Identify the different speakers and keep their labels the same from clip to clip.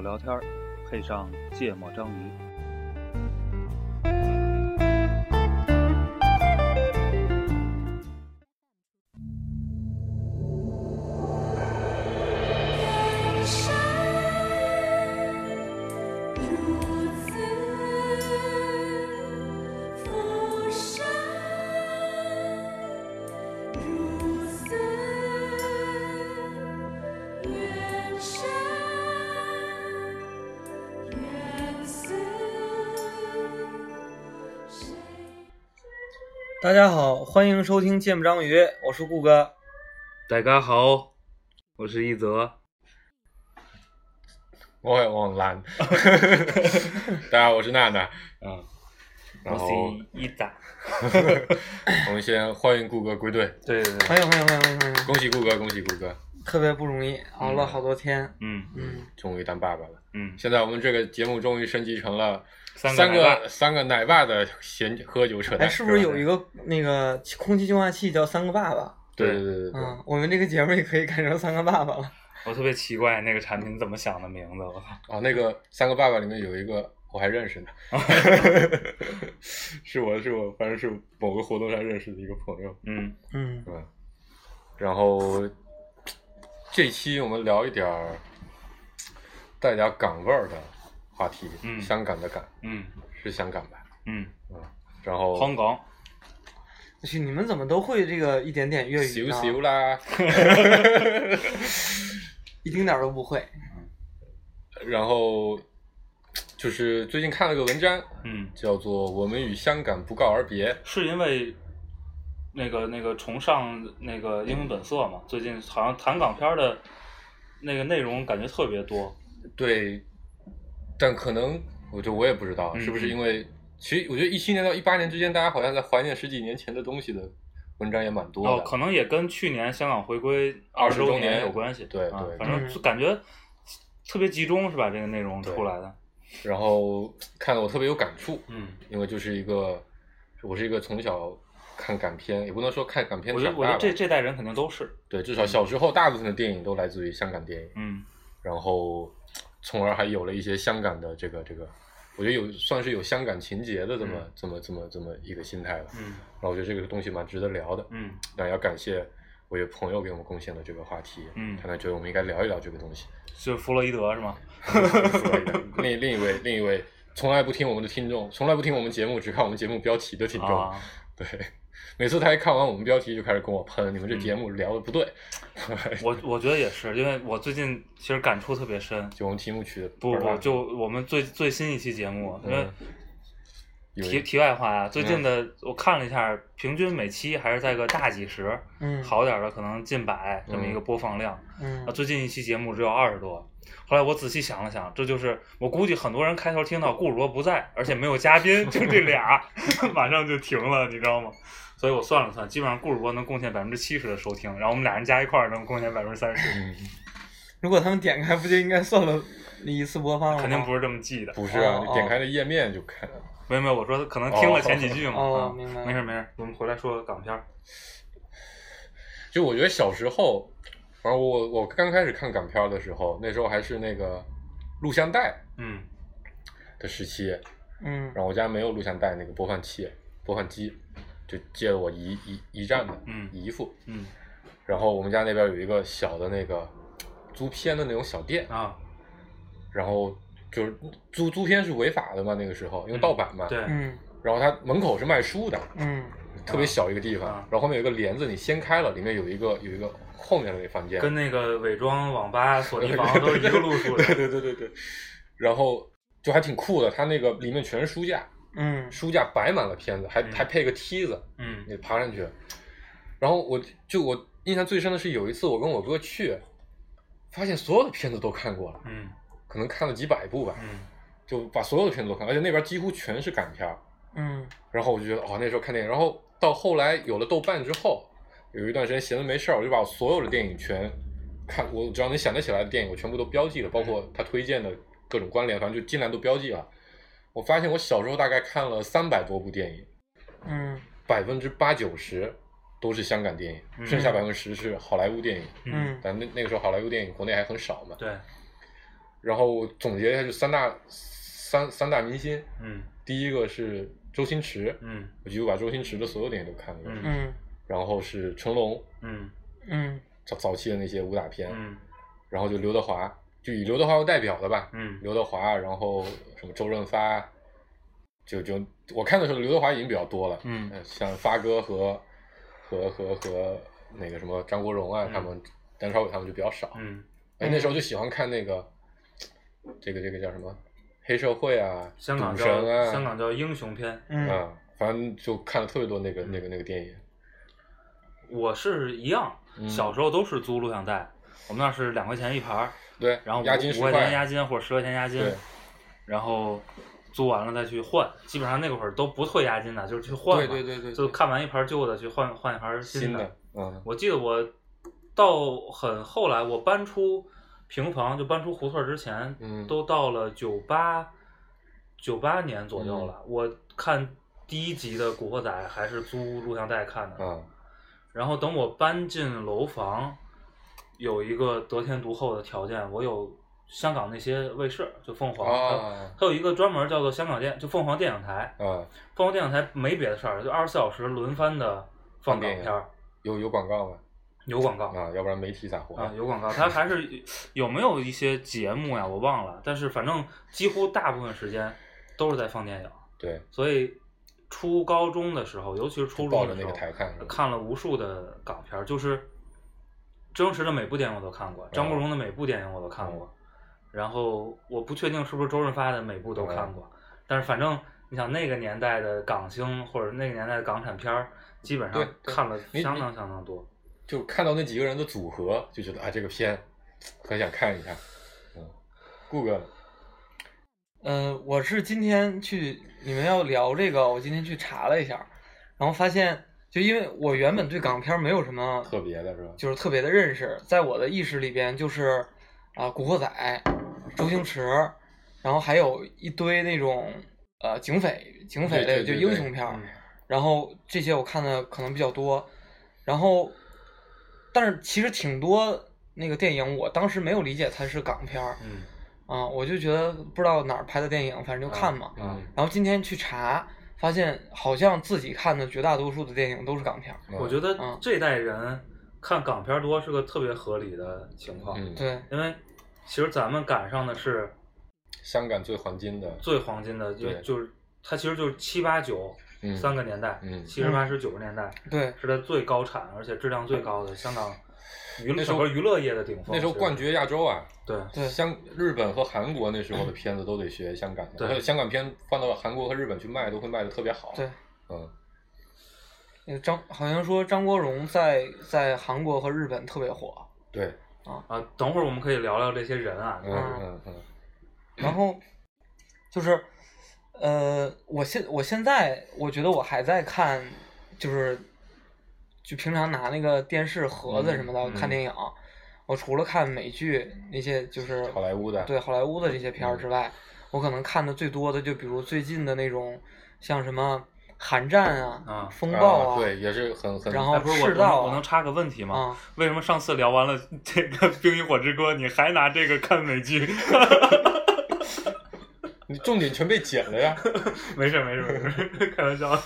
Speaker 1: 聊天，配上芥末章鱼。
Speaker 2: 人生如此浮生，如此远山，远随谁？
Speaker 3: 大家好，欢迎收听《见不章鱼》，我是顾哥。
Speaker 4: 大家好，我是一泽。
Speaker 5: 我也忘了烂。 大家好，我是娜娜。
Speaker 4: 嗯，
Speaker 5: 然后
Speaker 4: 一咋？
Speaker 5: 我们先欢迎顾哥归队，
Speaker 4: 对对对，
Speaker 3: 欢迎欢迎欢迎欢迎欢迎！
Speaker 5: 恭喜顾哥，恭喜顾哥，
Speaker 3: 特别不容易，熬了好多天。
Speaker 4: 嗯
Speaker 3: 嗯，
Speaker 5: 终于当爸爸了。
Speaker 4: 嗯，
Speaker 5: 现在我们这个节目终于升级成了
Speaker 4: 三
Speaker 5: 三
Speaker 4: 奶
Speaker 5: 个三个奶爸的闲喝酒扯
Speaker 3: 哎，
Speaker 5: 淡，
Speaker 3: 是不是有一
Speaker 5: 个？
Speaker 3: 个那个空气净化器叫“三个爸爸
Speaker 5: 对对对对”？对，
Speaker 3: 嗯，我们这个节目也可以改成“三个爸爸”了。
Speaker 4: 我特别奇怪那个产品怎么想的名字，我操！
Speaker 5: 哦，那个三个爸爸里面有一个我还认识 呢， 是我是我反正是某个活动上认识的一个朋友。
Speaker 4: 嗯，
Speaker 3: 嗯，
Speaker 5: 嗯，然后这期我们聊一点儿带点儿港味儿的话题，
Speaker 4: 嗯
Speaker 5: 香港的港
Speaker 4: 嗯
Speaker 5: 是香港吧？
Speaker 4: 嗯，
Speaker 5: 然后
Speaker 4: 香港，
Speaker 3: 我去，你们怎么都会这个一点点粤语
Speaker 5: 咻
Speaker 3: 呢？
Speaker 5: 咻啦，
Speaker 3: 一丁点儿都不会。
Speaker 5: 然后就是最近看了个文章，
Speaker 4: 嗯，
Speaker 5: 叫做《我们与香港不告而别》，
Speaker 4: 是因为那个那个崇尚那个英雄本色嘛？最近好像谈港片儿的那个内容感觉特别多。
Speaker 5: 对，但可能我就我也不知道、
Speaker 4: 嗯
Speaker 5: 是不是因为，其实我觉得一七年到一八年之间，大家好像在怀念十几年前的东西的文章也蛮多的。
Speaker 4: 哦，可能也跟去年香港回归
Speaker 5: 20
Speaker 4: 周
Speaker 5: 周年
Speaker 4: 有关系。
Speaker 5: 对
Speaker 4: 啊
Speaker 5: 对
Speaker 4: 反正
Speaker 3: 嗯
Speaker 4: 就感觉特别集中，是吧？这个内容
Speaker 5: 对
Speaker 4: 出来的。
Speaker 5: 然后看得我特别有感触，
Speaker 4: 嗯，
Speaker 5: 因为就是一个我是一个从小看港片，也不能说看港片
Speaker 4: 我觉
Speaker 5: 长
Speaker 4: 得我
Speaker 5: 大
Speaker 4: 觉
Speaker 5: 吧
Speaker 4: 得这这代人肯定都是。
Speaker 5: 对，至少小时候大部分的电影都来自于香港电影，
Speaker 4: 嗯
Speaker 5: 然后从而还有了一些香港的这个这个，我觉得有算是有香港情节的这么、
Speaker 4: 嗯
Speaker 5: 这么这么这么一个心态吧。
Speaker 4: 嗯
Speaker 5: 然后我觉得这个东西蛮值得聊的，
Speaker 4: 嗯
Speaker 5: 那要感谢我有朋友给我们贡献了这个话题，
Speaker 4: 嗯
Speaker 5: 他，呢觉得我们应该聊一聊这个东西。
Speaker 4: 就是弗洛伊德是吗？
Speaker 5: 另另一位另一位从来不听我们的听众，从来不听我们节目，只看我们节目标题的听众，
Speaker 4: 啊，
Speaker 5: 对，每次他一看完我们标题就开始跟我喷，你们这节目聊的不对，
Speaker 4: 嗯 我我觉得也是，因为我最近其实感触特别深。
Speaker 5: 就我们题目取的
Speaker 4: 不不，就我们最最新一期节目，因为
Speaker 5: 嗯有
Speaker 4: 题
Speaker 5: 一嗯
Speaker 4: 题外话啊，最近的我看了一下，平均每期还是在个大几十，
Speaker 3: 嗯，，
Speaker 4: 好点儿的可能近百这么一个
Speaker 5: 嗯
Speaker 4: 播放量。
Speaker 3: 嗯
Speaker 4: 啊，，最近一期节目只有二十多。后来我仔细想了想，这就是我估计很多人开头听到顾主播不在，而且没有嘉宾，就这俩， 马上就停了，你知道吗？所以我算了算，基本上顾主播能贡献百分之七十的收听，然后我们俩人加一块儿能贡献百分之三十，
Speaker 5: 嗯
Speaker 3: 如果他们点开，不就应该算了一次播放了吗？
Speaker 4: 肯定不是这么记的。
Speaker 5: 不是啊，
Speaker 3: 哦
Speaker 5: 你点开那页面就看，
Speaker 4: 没有没有，我说可能听了前几句嘛。
Speaker 3: 哦
Speaker 4: 啊
Speaker 3: 明白
Speaker 4: 没事没事，我们回来说港片儿。
Speaker 5: 就我觉得小时候，反正我我刚开始看港片的时候，那时候还是那个录像带
Speaker 4: 嗯
Speaker 5: 的时期，
Speaker 3: 嗯
Speaker 5: 然后我家没有录像带那个播放器播放机，就借了我姨姨姨丈的
Speaker 4: 嗯
Speaker 5: 姨父，
Speaker 4: 嗯
Speaker 5: 然后我们家那边有一个小的那个租片的那种小店，
Speaker 4: 啊，
Speaker 5: 然后就是租租片是违法的嘛，那个时候因为
Speaker 4: 嗯
Speaker 5: 盗版嘛。
Speaker 4: 对。
Speaker 3: 嗯
Speaker 5: 然后它门口是卖书的，
Speaker 3: 嗯
Speaker 5: 特别小一个地方，
Speaker 4: 啊
Speaker 5: 然后后面有一个帘子，你掀开了，里面有一个有一个后面的那房间，
Speaker 4: 跟那个伪装网吧、索尼房都是一个路数的
Speaker 5: 对。对对对对。然后就还挺酷的，它那个里面全是书架，
Speaker 3: 嗯
Speaker 5: 书架摆满了片子，还、
Speaker 4: 嗯
Speaker 5: 还配个梯子，
Speaker 4: 嗯
Speaker 5: 你爬上去。然后我就我印象最深的是有一次我跟我哥去，发现所有的片子都看过了，
Speaker 4: 嗯
Speaker 5: 可能看了几百部吧，
Speaker 4: 嗯
Speaker 5: 就把所有的片子都看，而且那边几乎全是港片儿。
Speaker 3: 嗯
Speaker 5: 然后我就觉得哦，那时候看电影，然后到后来有了豆瓣之后，有一段时间闲着没事儿，我就把我所有的电影全看，我只要能想得起来的电影，我全部都标记了，包括他推荐的各种关联，反正就尽量都标记了。我发现我小时候大概看了三百多部电影，
Speaker 3: 嗯
Speaker 5: 百分之八九十都是香港电影，
Speaker 4: 嗯
Speaker 5: 剩下百分之十是好莱坞电影。
Speaker 4: 嗯，
Speaker 3: 嗯
Speaker 5: 但那那个时候好莱坞电影国内还很少嘛。
Speaker 4: 对，
Speaker 5: 然后我总结一下，就三大三三大明星，
Speaker 4: 嗯
Speaker 5: 第一个是周星驰，
Speaker 4: 嗯
Speaker 5: 我几乎把周星驰的所有电影都看过，
Speaker 4: 嗯
Speaker 3: 嗯
Speaker 5: 然后是成龙
Speaker 4: 嗯
Speaker 3: 嗯
Speaker 5: 早早期的那些武打片，
Speaker 4: 嗯
Speaker 5: 然后就刘德华，就以刘德华为代表的吧，
Speaker 4: 嗯
Speaker 5: 刘德华，然后什么周润发，就就我看的时候刘德华已经比较多了，
Speaker 4: 嗯
Speaker 5: 呃，像发哥和和和和那个什么张国荣啊，
Speaker 4: 嗯
Speaker 5: 他们梁朝伟他们就比较少，
Speaker 4: 嗯，
Speaker 5: 哎，那时候就喜欢看那个这个这个叫什么黑社会啊，
Speaker 4: 香港
Speaker 5: 赌神
Speaker 4: 叫
Speaker 5: 啊，
Speaker 4: 香港叫英雄片，
Speaker 3: 嗯
Speaker 5: 啊，反正就看了特别多那个那个那个电影，
Speaker 4: 我是一样，
Speaker 5: 嗯
Speaker 4: 小时候都是租录像带，我们那是两块钱一盘儿，
Speaker 5: 对，
Speaker 4: 然后五
Speaker 5: 押金
Speaker 4: 五
Speaker 5: 十
Speaker 4: 块钱押
Speaker 5: 块，
Speaker 4: 金或者十块钱押金
Speaker 5: 对，
Speaker 4: 然后租完了再去换，基本上那会儿都不退押金的，就是去换嘛，
Speaker 5: 对对对对，
Speaker 4: 就
Speaker 5: 对
Speaker 4: 看完一盘旧的去换换一盘
Speaker 5: 新
Speaker 4: 的。
Speaker 5: 的，嗯
Speaker 4: 我记得我到很后来，我搬出平房，就搬出胡同儿之前，
Speaker 5: 嗯
Speaker 4: 都到了九八九八年左右
Speaker 5: 嗯
Speaker 4: 了。我看第一集的《古惑仔》还是租录像带看的，
Speaker 5: 嗯
Speaker 4: 然后等我搬进楼房，有一个得天独厚的条件，我有香港那些卫视，就凤凰，
Speaker 5: 啊
Speaker 4: 它有一个专门叫做香港电，就凤凰电影台。
Speaker 5: 嗯，
Speaker 4: 凤凰电影台没别的事儿，就二十四小时轮番的
Speaker 5: 放
Speaker 4: 放港
Speaker 5: 电影
Speaker 4: 片儿，
Speaker 5: 有有广告吗？
Speaker 4: 有广告
Speaker 5: 啊，要不然媒体咋活
Speaker 4: 啊，有广告。它还是有没有一些节目呀？我忘了，但是反正几乎大部分时间都是在放电影，
Speaker 5: 对，
Speaker 4: 所以初高中的时候，尤其是初
Speaker 5: 抱
Speaker 4: 中
Speaker 5: 着
Speaker 4: 的
Speaker 5: 那
Speaker 4: 时
Speaker 5: 个
Speaker 4: 候，
Speaker 5: 台看是吧，
Speaker 4: 看了无数的港片儿，就是周星驰的每部电影我都看
Speaker 5: 哦
Speaker 4: 过，张国荣的每部电影我都看过，然后我不确定是不是周润发的每部
Speaker 5: 哦
Speaker 4: 都看过，但是反正你想那个年代的港星或者那个年代的港产片儿，基本上
Speaker 5: 对对
Speaker 4: 看了
Speaker 5: 你
Speaker 4: 相
Speaker 5: 你
Speaker 4: 当相当多。
Speaker 5: 就看到那几个人的组合，就觉得啊，这个片很想看一下。嗯，顾哥呢，
Speaker 3: 呃，我是今天去你们要聊这个，我今天去查了一下，然后发现就因为我原本对港片没有什么
Speaker 5: 特别的是吧？
Speaker 3: 就是特别的认识，在我的意识里边就是啊，古惑仔》、周星驰，然后还有一堆那种呃警匪、警匪类
Speaker 5: 对
Speaker 3: 就
Speaker 5: 对对
Speaker 3: 英雄片儿
Speaker 4: 嗯，
Speaker 3: 然后这些我看的可能比较多，然后但是其实挺多那个电影我当时没有理解它是港片儿
Speaker 4: 嗯
Speaker 3: 啊，我就觉得不知道哪儿拍的电影，反正就看嘛。
Speaker 4: 啊
Speaker 5: 嗯，
Speaker 3: 然后今天去查，发现好像自己看的绝大多数的电影都是港片儿，
Speaker 4: 我觉得
Speaker 3: 嗯
Speaker 4: 这代人看港片儿多是个特别合理的情况，
Speaker 5: 嗯，
Speaker 3: 对，
Speaker 4: 因为其实咱们赶上的是
Speaker 5: 香港最黄金的，
Speaker 4: 最黄金的，就
Speaker 5: 对
Speaker 4: 就是它其实就是七八九
Speaker 5: 嗯
Speaker 4: 三个年代，
Speaker 5: 嗯
Speaker 4: 七十八十九十年代
Speaker 3: 对，
Speaker 4: 是它最高产而且质量最高的香港娱乐
Speaker 5: 那时候
Speaker 4: 整个娱乐业的顶峰。
Speaker 5: 那时候
Speaker 4: 其实
Speaker 5: 冠绝亚洲啊，
Speaker 4: 对，
Speaker 3: 对
Speaker 5: 香日本和韩国那时候的片子都得学香港的，
Speaker 4: 对
Speaker 5: 还有香港片放到韩国和日本去卖，都会卖的特别好。
Speaker 3: 对，
Speaker 5: 嗯，
Speaker 3: 那个张好像说张国荣在在韩国和日本特别火，
Speaker 5: 对，
Speaker 4: 啊，等会儿我们可以聊聊这些人啊，
Speaker 5: 嗯嗯嗯
Speaker 3: 然后就是呃，我现我现在我觉得我还在看，就是就平常拿那个电视盒子什么的、
Speaker 5: 嗯嗯
Speaker 3: 看电影，我除了看美剧那些就是
Speaker 5: 好莱坞的嗯
Speaker 3: 对好莱坞的这些片儿之外，我可能看的最多的就比如最近的那种像什么寒战啊、
Speaker 4: 啊
Speaker 3: 风暴
Speaker 5: 啊对，也是很很，
Speaker 3: 然后
Speaker 4: 哎，不是我
Speaker 3: 赤道啊
Speaker 4: 我能插个问题吗？
Speaker 3: 啊
Speaker 4: 为什么上次聊完了这个《冰与火之歌》，你还拿这个看美剧？
Speaker 5: 你重点全被剪了呀。
Speaker 4: 没事没事没事，开玩笑。啊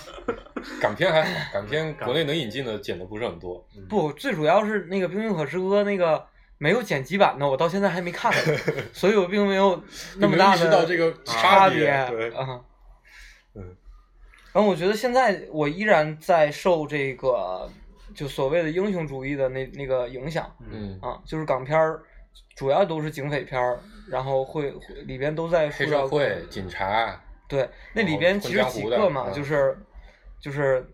Speaker 5: 港片还好，港片国内能引进的剪的不是很多。
Speaker 3: 不，最主要是那个《冰与火之歌》那个没有剪辑版的，我到现在还没看 呢，所以我并没有那么大
Speaker 5: 你能意
Speaker 3: 的
Speaker 5: 识到这个
Speaker 3: 啊差
Speaker 5: 别，对，
Speaker 4: 呃
Speaker 3: 啊。
Speaker 5: 嗯。
Speaker 3: 然后我觉得现在我依然在受这个就所谓的英雄主义的那那个影响
Speaker 5: 嗯，
Speaker 3: 啊，就是港片儿主要都是警匪片儿，然后会会里边都在说
Speaker 5: 黑社
Speaker 3: 到
Speaker 5: 会、警察，
Speaker 3: 对，那里边其实几个嘛，
Speaker 5: 混江湖的
Speaker 3: 就
Speaker 5: 嗯
Speaker 3: 是就是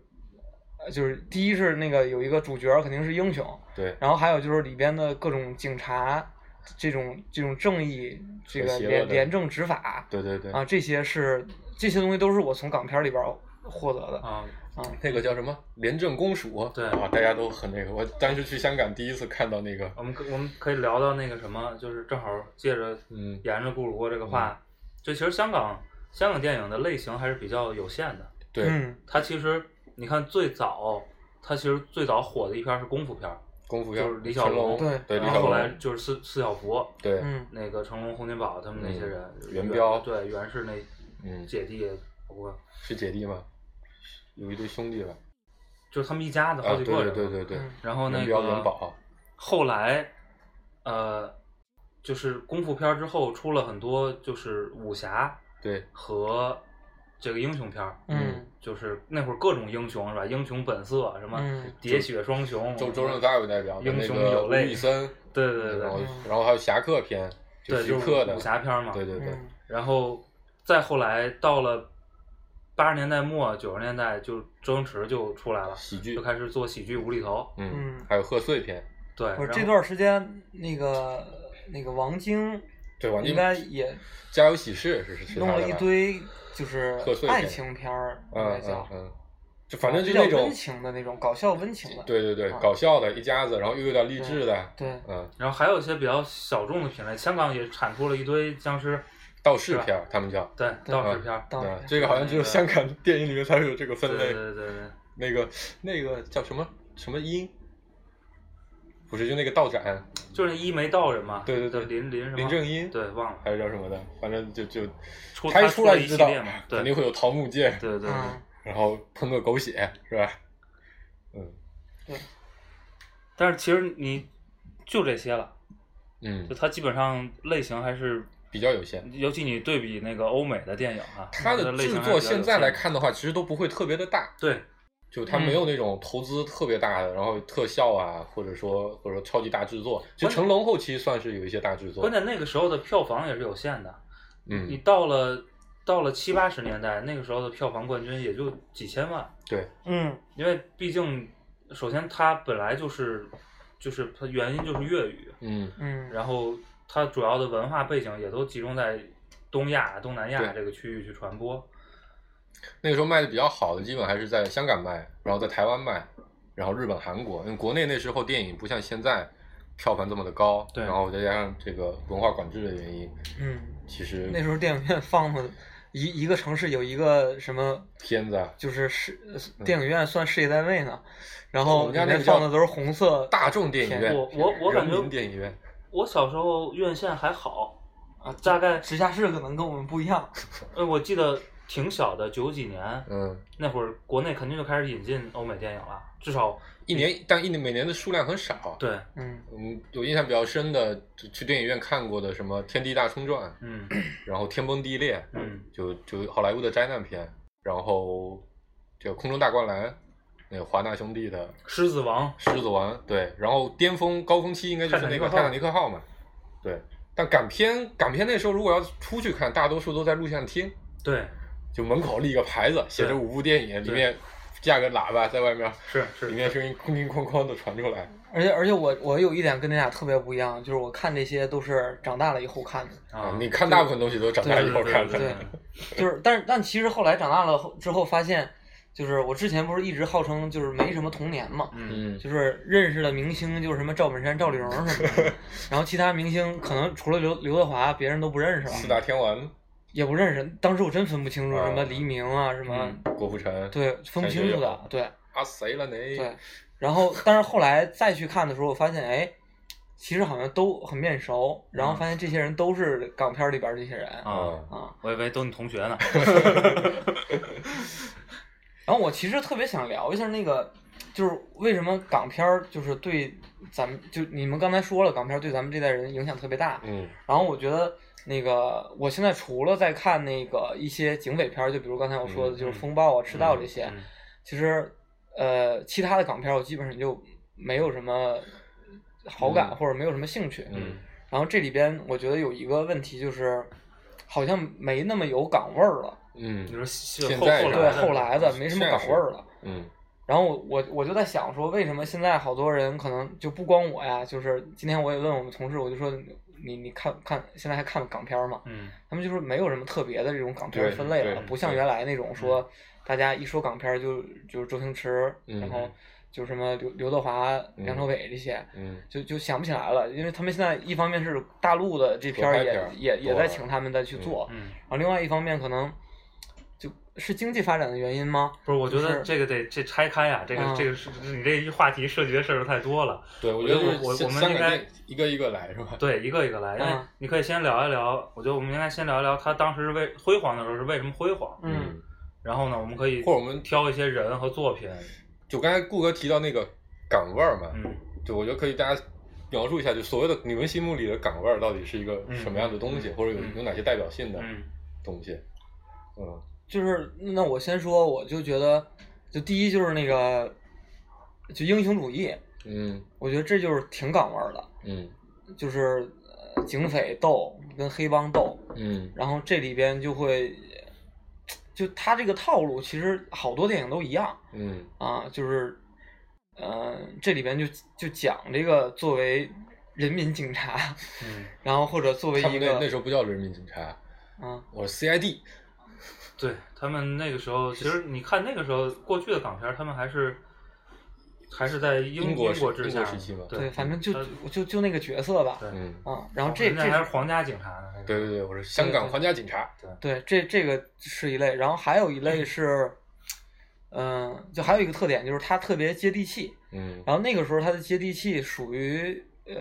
Speaker 3: 呃就是第一是那个有一个主角儿肯定是英雄。
Speaker 5: 对，
Speaker 3: 然后还有就是里边的各种警察，这种这种正义，这
Speaker 5: 和
Speaker 3: 个
Speaker 5: 邪恶
Speaker 3: 廉
Speaker 5: 的
Speaker 3: 廉政执法
Speaker 5: 对对对，
Speaker 3: 啊，这些是这些东西都是我从港片里边儿获得的。
Speaker 4: 啊，
Speaker 5: 那个叫什么廉政公署，
Speaker 4: 对
Speaker 5: 啊，大家都很那个。我当时去香港第一次看到那个，
Speaker 4: 我们可我们可以聊到那个什么，就是正好借着
Speaker 5: 嗯，
Speaker 4: 沿着顾主播这个话，就其实香港香港电影的类型还是比较有限的。
Speaker 5: 对，
Speaker 3: 嗯
Speaker 4: 它其实你看最早，它其实最早火的一片儿是功夫片儿，
Speaker 5: 功夫要
Speaker 4: 就是李小
Speaker 5: 成龙，
Speaker 4: 龙，
Speaker 3: 对
Speaker 5: 对李
Speaker 4: 然
Speaker 5: 小
Speaker 4: 后后
Speaker 5: 龙
Speaker 4: 来就是四四小福，
Speaker 5: 对，
Speaker 3: 嗯，
Speaker 4: 那个成龙、洪金宝他们那些人，
Speaker 5: 嗯元彪
Speaker 4: 对袁氏那
Speaker 5: 嗯，
Speaker 4: 姐弟，包括
Speaker 5: 是姐弟吗？有一对兄弟吧？
Speaker 4: 就是他们一家子
Speaker 5: 啊，
Speaker 4: 好
Speaker 5: 对
Speaker 4: 几个
Speaker 5: 对
Speaker 4: 人，
Speaker 5: 对对对，
Speaker 3: 嗯
Speaker 4: 然后那
Speaker 5: 元彪元
Speaker 4: 个
Speaker 5: 宝，
Speaker 4: 后来，呃，就是功夫片儿之后出了很多就是武侠
Speaker 5: 对，
Speaker 4: 和这个英雄片儿，
Speaker 3: 嗯，
Speaker 4: 就是那会儿各种英雄是吧？英雄本色什么
Speaker 3: 嗯
Speaker 4: 喋血双雄，
Speaker 5: 周周润发为代表的
Speaker 4: 英
Speaker 5: 那
Speaker 4: 雄
Speaker 5: 个
Speaker 4: 有
Speaker 5: 吴
Speaker 4: 泪
Speaker 5: 宇森，
Speaker 4: 对对对
Speaker 5: 然后
Speaker 4: 对，
Speaker 3: 嗯
Speaker 5: 然后还有侠客片，就
Speaker 4: 对
Speaker 5: 徐
Speaker 4: 就
Speaker 5: 克
Speaker 4: 是
Speaker 5: 的
Speaker 4: 武侠片儿嘛，
Speaker 5: 对对对，
Speaker 3: 嗯
Speaker 4: 然后再后来到了八十年代末九十年代，就周星驰就出来了，
Speaker 5: 喜剧
Speaker 4: 就，开始做喜剧无厘头。
Speaker 5: 嗯
Speaker 3: 嗯，
Speaker 5: 还有贺岁片，
Speaker 4: 对，
Speaker 3: 不是
Speaker 4: 然后
Speaker 3: 这段时间那个那个王晶
Speaker 5: 对，王
Speaker 3: 应
Speaker 5: 晶
Speaker 3: 该也
Speaker 5: 家有喜事是是是
Speaker 3: 弄
Speaker 5: 他
Speaker 3: 了
Speaker 5: 的
Speaker 3: 一
Speaker 5: 吧，
Speaker 3: 堆就是
Speaker 5: 贺岁片
Speaker 3: 爱情片儿，应该
Speaker 5: 嗯
Speaker 3: 叫啊
Speaker 5: 嗯，嗯，就反正就
Speaker 3: 比较
Speaker 5: 那种
Speaker 3: 温，情的那种搞笑温情的，
Speaker 5: 对对对
Speaker 3: 啊，
Speaker 5: 搞笑的一家子，然后又有点励志的，
Speaker 3: 对，
Speaker 5: 嗯，
Speaker 4: 然后还有一些比较小众的品类，香港也产出了一堆僵尸，
Speaker 5: 道士片儿他们叫。
Speaker 4: 对，
Speaker 3: 对
Speaker 4: 道士片儿，
Speaker 3: 道士
Speaker 5: 嗯，
Speaker 3: 片
Speaker 5: 这个好像只有香港电影里面才会有这个
Speaker 4: 对
Speaker 5: 分
Speaker 4: 对
Speaker 5: 类。
Speaker 4: 对对对，
Speaker 5: 那个那个叫什么什么音？不是，就那个道长
Speaker 4: 就是那一眉道人嘛，
Speaker 5: 对对对
Speaker 4: 林林什么
Speaker 5: 林正英，
Speaker 4: 对，忘了，
Speaker 5: 还是叫什么的，反正就就
Speaker 4: 出
Speaker 5: 他
Speaker 4: 他
Speaker 5: 一
Speaker 4: 出
Speaker 5: 出来
Speaker 4: 了
Speaker 5: 就
Speaker 4: 一
Speaker 5: 知
Speaker 4: 系
Speaker 5: 道
Speaker 4: 列嘛，对
Speaker 5: 肯定会有桃木剑，
Speaker 4: 对对对，
Speaker 3: 嗯，
Speaker 5: 然后喷个狗血，是吧？嗯
Speaker 4: 但是其实你就这些了，就
Speaker 5: 嗯，
Speaker 4: 它基本上类型还是
Speaker 5: 比较有限。
Speaker 4: 尤其你对比那个欧美的电影啊，
Speaker 5: 它
Speaker 4: 的
Speaker 5: 的
Speaker 4: 类型
Speaker 5: 制
Speaker 4: 还
Speaker 5: 作
Speaker 4: 是比较有
Speaker 5: 现在
Speaker 4: 限
Speaker 5: 来
Speaker 4: 的，嗯
Speaker 5: 看的话，其实都不会特别的大，
Speaker 4: 对
Speaker 5: 就它没有那种投资特别大的，然后特效啊，或者说或者说超级大制作。就
Speaker 4: 关键
Speaker 5: 成龙后期算是有一些大制作，
Speaker 4: 关键那个时候的票房也是有限的，你
Speaker 5: 嗯，
Speaker 4: 到了到了七八十年代，那个时候的票房冠军也就几千万，
Speaker 5: 对，
Speaker 3: 嗯
Speaker 4: 因为毕竟首先它本来就是就是它原因就是粤语，
Speaker 5: 嗯
Speaker 3: 嗯，
Speaker 4: 然后它主要的文化背景也都集中在东亚、东南亚
Speaker 5: 对
Speaker 4: 这个区域去传播，
Speaker 5: 那个时候卖的比较好的，基本还是在香港卖，然后在台湾卖，然后日本、韩国。因为国内那时候电影不像现在票房这么的高，
Speaker 4: 对
Speaker 5: 然后再加上这个文化管制的原因，
Speaker 3: 嗯，
Speaker 5: 其实
Speaker 3: 那时候电影院放的一一个城市有一个什么。
Speaker 5: 片子啊，
Speaker 3: 就是事电影院算事业单位呢，然后
Speaker 5: 嗯哦我们
Speaker 3: 里
Speaker 5: 家那
Speaker 3: 面
Speaker 5: 个
Speaker 3: 放
Speaker 5: 叫
Speaker 3: 的都是红色
Speaker 5: 大众电影院，
Speaker 4: 我我我感觉
Speaker 5: 人民电影院，
Speaker 4: 我小时候院线还好，
Speaker 3: 啊，
Speaker 4: 大概
Speaker 3: 直辖市可能跟我们不一样，
Speaker 4: 呃我记得挺小的，九几年
Speaker 5: 嗯，
Speaker 4: 那会儿，国内肯定就开始引进欧美电影了，至少
Speaker 5: 一年但一年每年的数量很少。
Speaker 4: 对，
Speaker 3: 嗯
Speaker 5: 嗯，我印象比较深的，就去电影院看过的什么《天地大冲撞》，
Speaker 4: 嗯
Speaker 5: 然后《天崩地裂》，
Speaker 4: 嗯。
Speaker 5: 就就好莱坞的灾难片，然后这个《空中大灌篮》，那个华纳兄弟的
Speaker 4: 狮子王，
Speaker 5: 《狮子王》，对，然后巅峰高峰期应该就是那个《
Speaker 4: 泰
Speaker 5: 泰
Speaker 4: 坦
Speaker 5: 坦
Speaker 4: 尼
Speaker 5: 尼克号》嘛，对。但港片港片那时候如果要出去看，大多数都在录像厅，
Speaker 4: 对，
Speaker 5: 就门口立个牌子，写着
Speaker 4: 对
Speaker 5: 五部电影，里
Speaker 4: 对
Speaker 5: 面架个喇叭在外面，
Speaker 4: 是是
Speaker 5: 里面声音哐哐哐哐的传出来。
Speaker 3: 而且而且我我有一点跟你俩特别不一样，就是我看这些都是长大了以后看的，
Speaker 4: 啊，
Speaker 5: 你看大部分东西都是长大以后看
Speaker 4: 对对
Speaker 5: 的
Speaker 4: 对，
Speaker 3: 就是但是但其实后来长大了后之后发现，就是我之前不是一直号称就是没什么童年嘛，
Speaker 4: 嗯，
Speaker 5: 嗯，
Speaker 3: 就是认识的明星就是什么赵本山、赵丽蓉什么的， 然后其他明星可能除了刘刘德华，别人都不
Speaker 4: 嗯
Speaker 3: 认识
Speaker 5: 四
Speaker 3: 了，
Speaker 5: 大天王
Speaker 3: 也不认识。当时我真分不清楚
Speaker 5: 啊
Speaker 3: 什么黎明啊，什么
Speaker 4: 嗯
Speaker 5: 郭富城，
Speaker 3: 对分不清楚的，对
Speaker 5: 啊谁了你？
Speaker 3: 对。然后但是后来再去看的时候，我发现哎，其实好像都很面熟，然后发现这些人都是港片里边这些人
Speaker 4: 啊，
Speaker 5: 啊，
Speaker 3: 啊。
Speaker 4: 我以为都你同学呢。
Speaker 5: 嗯
Speaker 3: 然后我其实特别想聊一下那个，就是为什么港片儿就是对咱们就你们刚才说了，港片儿对咱们这代人影响特别大。
Speaker 5: 嗯
Speaker 3: 然后我觉得那个我现在除了在看那个一些警匪片儿，就比如刚才我说的，
Speaker 5: 嗯
Speaker 3: 就是《风暴》啊、赤道》这些，
Speaker 4: 嗯
Speaker 3: 其实呃其他的港片儿我基本上就没有什么好感、
Speaker 5: 嗯
Speaker 3: 或者没有什么兴趣。
Speaker 5: 嗯
Speaker 3: 然后这里边我觉得有一个问题就是，好像没那么有港味儿了，
Speaker 4: 你
Speaker 5: 嗯
Speaker 4: 说现
Speaker 5: 现
Speaker 4: 后
Speaker 5: 在
Speaker 4: 后
Speaker 5: 是
Speaker 3: 对
Speaker 4: 来
Speaker 5: 吧
Speaker 3: 后来的没什么
Speaker 5: 确
Speaker 3: 港
Speaker 5: 实
Speaker 3: 味儿了。
Speaker 5: 嗯
Speaker 3: 然后我我我就在想说，为什么现在好多人可能就不光我呀，就是今天我也问我们同事，我就说你你看看现在还看港片儿吗？
Speaker 4: 嗯
Speaker 3: 他们就是没有什么特别的这种港片儿
Speaker 5: 对
Speaker 3: 分类了
Speaker 5: 对，嗯
Speaker 3: 不像原来那种说大家一说港片儿就就是周星驰，
Speaker 5: 嗯
Speaker 3: 然后就是什么刘刘德华、
Speaker 5: 嗯
Speaker 3: 梁朝伟这些，
Speaker 5: 嗯
Speaker 3: 就就想不起来了，因为他们现在一方面是大陆的这片
Speaker 5: 合
Speaker 3: 儿
Speaker 5: 拍
Speaker 3: 也
Speaker 5: 片儿
Speaker 3: 也也
Speaker 5: 多
Speaker 3: 在
Speaker 5: 了
Speaker 3: 请他们再去做，
Speaker 4: 嗯
Speaker 3: 然后另外一方面可能就是经济发展的原因吗？
Speaker 4: 不是，我觉
Speaker 3: 就是
Speaker 4: 得这个得这拆开啊呀、这个、
Speaker 3: 嗯
Speaker 4: 这个是你这一话题涉及的事儿太多了。
Speaker 5: 对，我
Speaker 4: 我
Speaker 5: 觉得
Speaker 4: 觉
Speaker 5: 就
Speaker 4: 得
Speaker 5: 是
Speaker 4: 我
Speaker 5: 三
Speaker 4: 我们
Speaker 5: 三
Speaker 4: 应
Speaker 5: 个
Speaker 4: 该
Speaker 5: 电一个一个来是吧？
Speaker 4: 对，一个一个来，因为
Speaker 3: 嗯
Speaker 4: 你可以先聊一聊。我觉得我们应该先聊一聊他当时是为辉煌的时候是为什么辉煌。
Speaker 3: 嗯，
Speaker 4: 然后呢，我们可以
Speaker 5: 或者我们
Speaker 4: 挑一些人和作品。
Speaker 5: 就刚才顾哥提到那个港味儿嘛，
Speaker 4: 嗯，
Speaker 5: 对，我觉得可以大家描述一下，就所谓的你们心目里的港味儿到底是一个什么样的东西，
Speaker 4: 嗯
Speaker 5: 或者有
Speaker 4: 嗯
Speaker 5: 有哪些代表性的
Speaker 4: 嗯
Speaker 5: 东西？嗯，
Speaker 3: 就是那我先说，我就觉得，就第一就是那个，就英雄主义，
Speaker 5: 嗯
Speaker 3: 我觉得这就是挺港味儿的，
Speaker 5: 嗯
Speaker 3: 就是呃警匪斗跟黑帮斗，
Speaker 5: 嗯
Speaker 3: 然后这里边就会，就他这个套路其实好多电影都一样
Speaker 5: 嗯
Speaker 3: 啊，就是，呃，这里边就就讲这个作为人民警察，
Speaker 4: 嗯，
Speaker 3: 然后或者作为
Speaker 5: 他
Speaker 3: 一
Speaker 5: 们那那
Speaker 3: 个
Speaker 5: 时候不叫人民警察，
Speaker 3: 啊，
Speaker 5: 我是 CID。
Speaker 4: 对他们那个时候，其实你看那个时候过去的港片儿，他们还是还是在英
Speaker 5: 英国时
Speaker 4: 国之
Speaker 5: 英
Speaker 4: 下
Speaker 5: 国时期嘛
Speaker 4: 对嗯
Speaker 3: 对，反正就
Speaker 4: 他
Speaker 3: 就就那个角色吧，
Speaker 4: 对
Speaker 5: 嗯，
Speaker 3: 啊，然后这
Speaker 4: 人
Speaker 3: 这
Speaker 4: 家还
Speaker 3: 是
Speaker 4: 是皇家警察呢。那个
Speaker 5: 对对对，我是香港皇家警察。
Speaker 3: 对，这这个是一类，然后还有一类是，嗯、就还有一个特点就是它特别接地气。
Speaker 5: 嗯
Speaker 3: 然后那个时候它的接地气属于呃，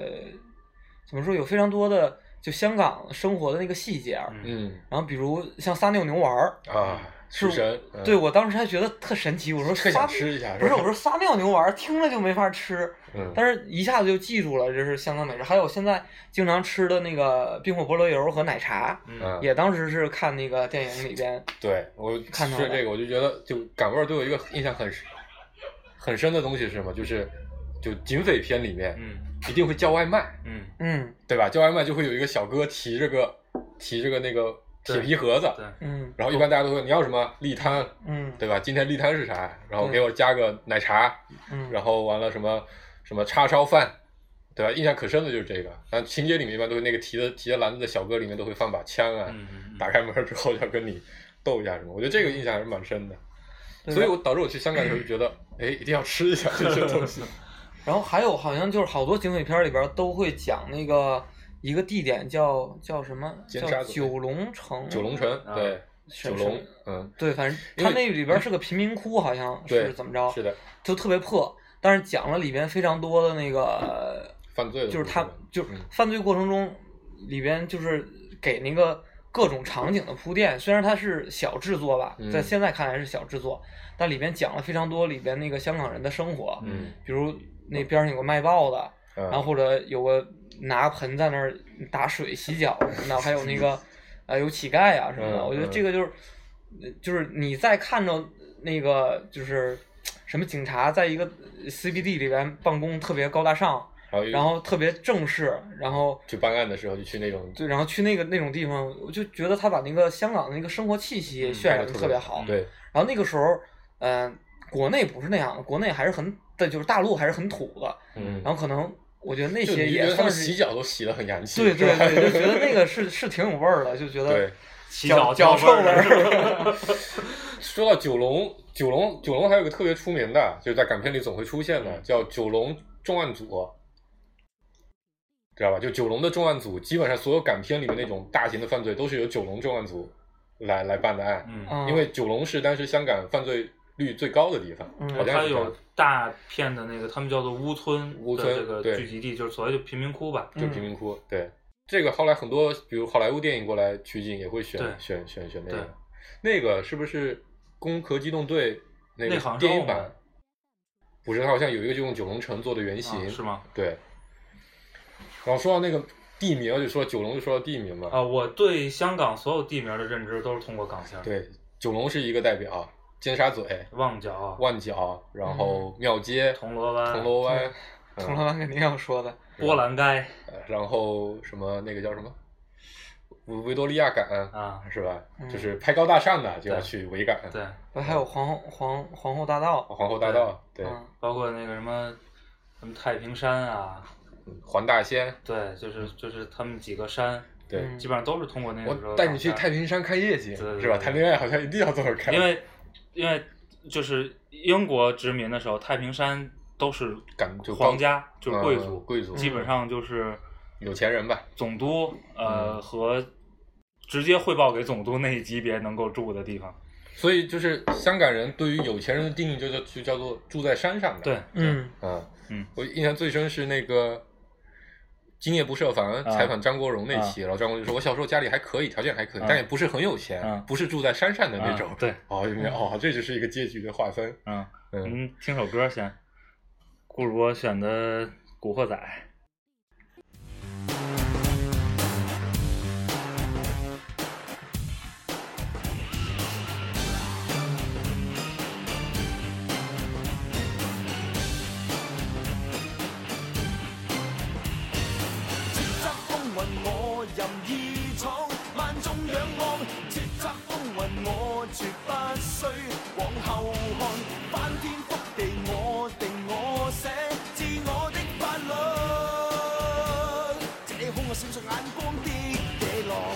Speaker 3: 怎么说有非常多的就香港生活的那个细节儿。
Speaker 4: 嗯
Speaker 5: 嗯
Speaker 3: 然后比如像撒尿牛丸儿，
Speaker 5: 啊，
Speaker 3: 是
Speaker 5: 食神。嗯
Speaker 3: 对我当时还觉得特神奇，我说
Speaker 5: 特
Speaker 3: 撒
Speaker 5: 想吃一下，
Speaker 3: 不是
Speaker 5: 吧
Speaker 3: 我说撒尿牛丸儿听着就没法吃，
Speaker 5: 嗯，
Speaker 3: 但是一下子就记住了这是香港美食。还有现在经常吃的那个冰火菠萝油和奶茶，
Speaker 4: 嗯
Speaker 5: 嗯
Speaker 3: 也当时是看那个电影里 边
Speaker 5: 对我
Speaker 3: 看到
Speaker 5: 是
Speaker 3: 了
Speaker 5: 这个，我就觉得就港味儿对我一个印象很很深的东西是什么？就是就警匪片里面
Speaker 4: 嗯
Speaker 5: 一定会叫外卖，
Speaker 4: 嗯，
Speaker 3: 嗯
Speaker 5: 对吧？叫外卖就会有一个小哥提着个提着个那个铁皮盒子，
Speaker 4: 对，
Speaker 3: 嗯
Speaker 5: 然后一般大家都会你要什么利摊，
Speaker 3: 嗯
Speaker 5: 对吧？今天利摊是啥？然后
Speaker 3: 对
Speaker 5: 给我加个奶茶，
Speaker 3: 嗯，
Speaker 5: 然后完了什么什么叉烧饭，对吧？印象可深的就是这个。但情节里面一般都会那个提着提着篮子的小哥里面都会放把枪啊，
Speaker 4: 嗯嗯嗯
Speaker 5: 打开门之后要跟你斗一下什么。我觉得这个印象还是蛮深的，
Speaker 3: 对
Speaker 5: 所以
Speaker 3: 吧
Speaker 5: 我导致我去香港的时候就觉得，哎，一定要吃一下这些 东西。
Speaker 3: 然后还有好像就是好多警匪片里边都会讲那个一个地点叫叫什么
Speaker 5: 尖
Speaker 3: 叫
Speaker 5: 沙咀
Speaker 3: 九龙城，
Speaker 5: 九龙城，
Speaker 4: 啊
Speaker 5: 对，
Speaker 3: 是
Speaker 5: 九
Speaker 3: 是
Speaker 5: 龙，嗯，
Speaker 3: 对，反正
Speaker 5: 因
Speaker 3: 它
Speaker 5: 为嗯
Speaker 3: 那里边是个贫民窟，好像
Speaker 5: 对
Speaker 3: 是怎么着，
Speaker 5: 是的，
Speaker 3: 就特别破，但是讲了里边非常多的那个，
Speaker 5: 犯罪的
Speaker 3: 就是
Speaker 5: 部
Speaker 3: 他
Speaker 5: 分
Speaker 3: 就是
Speaker 5: 嗯
Speaker 3: 犯罪过程中里边就是给那个。各种场景的铺垫，虽然它是小制作吧，
Speaker 5: 嗯
Speaker 3: 在现在看来是小制作，但里边讲了非常多里边那个香港人的生活，
Speaker 5: 嗯，
Speaker 3: 比如那边上有个卖报的，
Speaker 5: 然
Speaker 3: 然后或者有个拿盆在那儿打水洗脚什么的，还有那个呃有乞丐啊什么的，
Speaker 5: 嗯
Speaker 3: 我觉得这个就是呃就是你在看着那个就是什么警察在一个 CBD 里边办公特别高大上，
Speaker 5: 然后
Speaker 3: 然后特别正式，然后
Speaker 5: 去办案的时候就去那种
Speaker 3: 对，然后去那个那种地方，我就觉得他把那个香港的那个生活气息渲染的特别好。
Speaker 5: 嗯对，
Speaker 3: 然后那个时候，嗯、国内不是那样的，国内还是很，对，就是大陆还是很土的。
Speaker 5: 嗯，
Speaker 3: 然后可能我觉得那
Speaker 5: 就
Speaker 3: 些
Speaker 5: 你觉
Speaker 3: 也
Speaker 5: 得他
Speaker 3: 算
Speaker 5: 们
Speaker 3: 是
Speaker 5: 洗脚都洗得很洋气，
Speaker 3: 对
Speaker 5: 是吧
Speaker 3: 对对，就觉得那个是是挺有味儿的，就觉得
Speaker 5: 对。
Speaker 4: 洗
Speaker 3: 脚
Speaker 4: 脚
Speaker 3: 脚
Speaker 4: 味儿
Speaker 3: 味 儿。
Speaker 5: 说到九龙，九龙九龙还有个特别出名的，就是在港片里总会出现
Speaker 3: 嗯
Speaker 5: 的，叫九龙重案组，知道吧？就九龙的重案组，基本上所有港片里面那种大型的犯罪都是由九龙重案组来来办的案，
Speaker 4: 嗯，
Speaker 3: 嗯
Speaker 5: 因为九龙是当时香港犯罪率最高的地方，
Speaker 3: 嗯
Speaker 5: 好像
Speaker 4: 哦它
Speaker 5: 是这样
Speaker 4: 有大片的那个，他们叫做乌村
Speaker 5: 乌
Speaker 4: 的
Speaker 5: 村
Speaker 4: 这个
Speaker 5: 对嗯
Speaker 4: 聚集地，就是所谓的贫民窟吧。啊
Speaker 5: 就贫
Speaker 3: 嗯
Speaker 5: 民窟。对，这个后来很多，比如好莱坞电影过来取景也会选
Speaker 4: 对
Speaker 5: 选选选那
Speaker 4: 对
Speaker 5: 个，那个是不是《攻壳机动队》那
Speaker 4: 那好
Speaker 5: 个
Speaker 4: 像是
Speaker 5: 电影
Speaker 4: 澳
Speaker 5: 版
Speaker 4: 门？
Speaker 5: 不是，它好像有一个就用九龙城做的原型，
Speaker 4: 啊是吗？
Speaker 5: 对。然后说到那个地名，就说九龙，就说到地名嘛。
Speaker 4: 啊，我对香港所有地名的认知都是通过港片儿，
Speaker 5: 对，九龙是一个代表，尖沙咀、
Speaker 4: 旺角、
Speaker 5: 旺角，然后庙街、
Speaker 4: 嗯铜锣湾、
Speaker 5: 铜锣湾，
Speaker 3: 铜锣湾肯定要说的，
Speaker 4: 波兰街
Speaker 5: 呃然后什么那个叫什么维维多利亚港，
Speaker 4: 啊，
Speaker 5: 是吧？
Speaker 3: 嗯
Speaker 5: 就是拍高大上的就要
Speaker 4: 对
Speaker 5: 去维港，
Speaker 4: 对，
Speaker 3: 不还有皇后皇皇后大道，
Speaker 5: 皇后大道，哦对，
Speaker 3: 嗯，
Speaker 4: 包括那个什么什么太平山啊，
Speaker 5: 嗯黄大仙，
Speaker 4: 对，就是就是他们几个山，
Speaker 5: 嗯对，
Speaker 3: 嗯
Speaker 4: 基本上都是通过那个时候
Speaker 5: 我带你去
Speaker 4: 港片儿
Speaker 5: 太平山看夜景，
Speaker 4: 对对
Speaker 5: 是吧？
Speaker 4: 对
Speaker 5: 谈恋爱好像一定要这么看，
Speaker 4: 因为因为就是英国殖民的时候，太平山都是
Speaker 5: 感就高
Speaker 4: 皇家，就是贵族，
Speaker 5: 嗯贵族
Speaker 4: 基本上就是
Speaker 5: 有钱人吧，
Speaker 4: 总
Speaker 5: 嗯
Speaker 4: 督呃、和直接汇报给总督那一级别能够住的地方，
Speaker 5: 所以就是香港人对于有钱人的定义就叫就叫做住在山上的。
Speaker 4: 对，
Speaker 3: 嗯
Speaker 5: 啊，
Speaker 4: 嗯，
Speaker 5: 我印象最深是那个《今夜不设防》
Speaker 4: 啊
Speaker 5: 采访张国荣那期，然后张国荣就说：“我小时候家里还可以，条件还可以，
Speaker 4: 啊
Speaker 5: 但也不是很有钱，
Speaker 4: 啊
Speaker 5: 不是住在山上的那
Speaker 4: 啊
Speaker 5: 种。
Speaker 4: 对，
Speaker 5: 哦，有没有？哦，这就是一个阶级的划分。
Speaker 4: 嗯，
Speaker 5: 嗯，
Speaker 4: 您听首歌先。顾主播选的《古惑仔》，
Speaker 6: 叱咤風雲我任意闖，萬眾仰望。叱咤風雲我絕不需往後看，翻天覆地我定我寫，自我的法律。這空我閃烁眼光的野狼。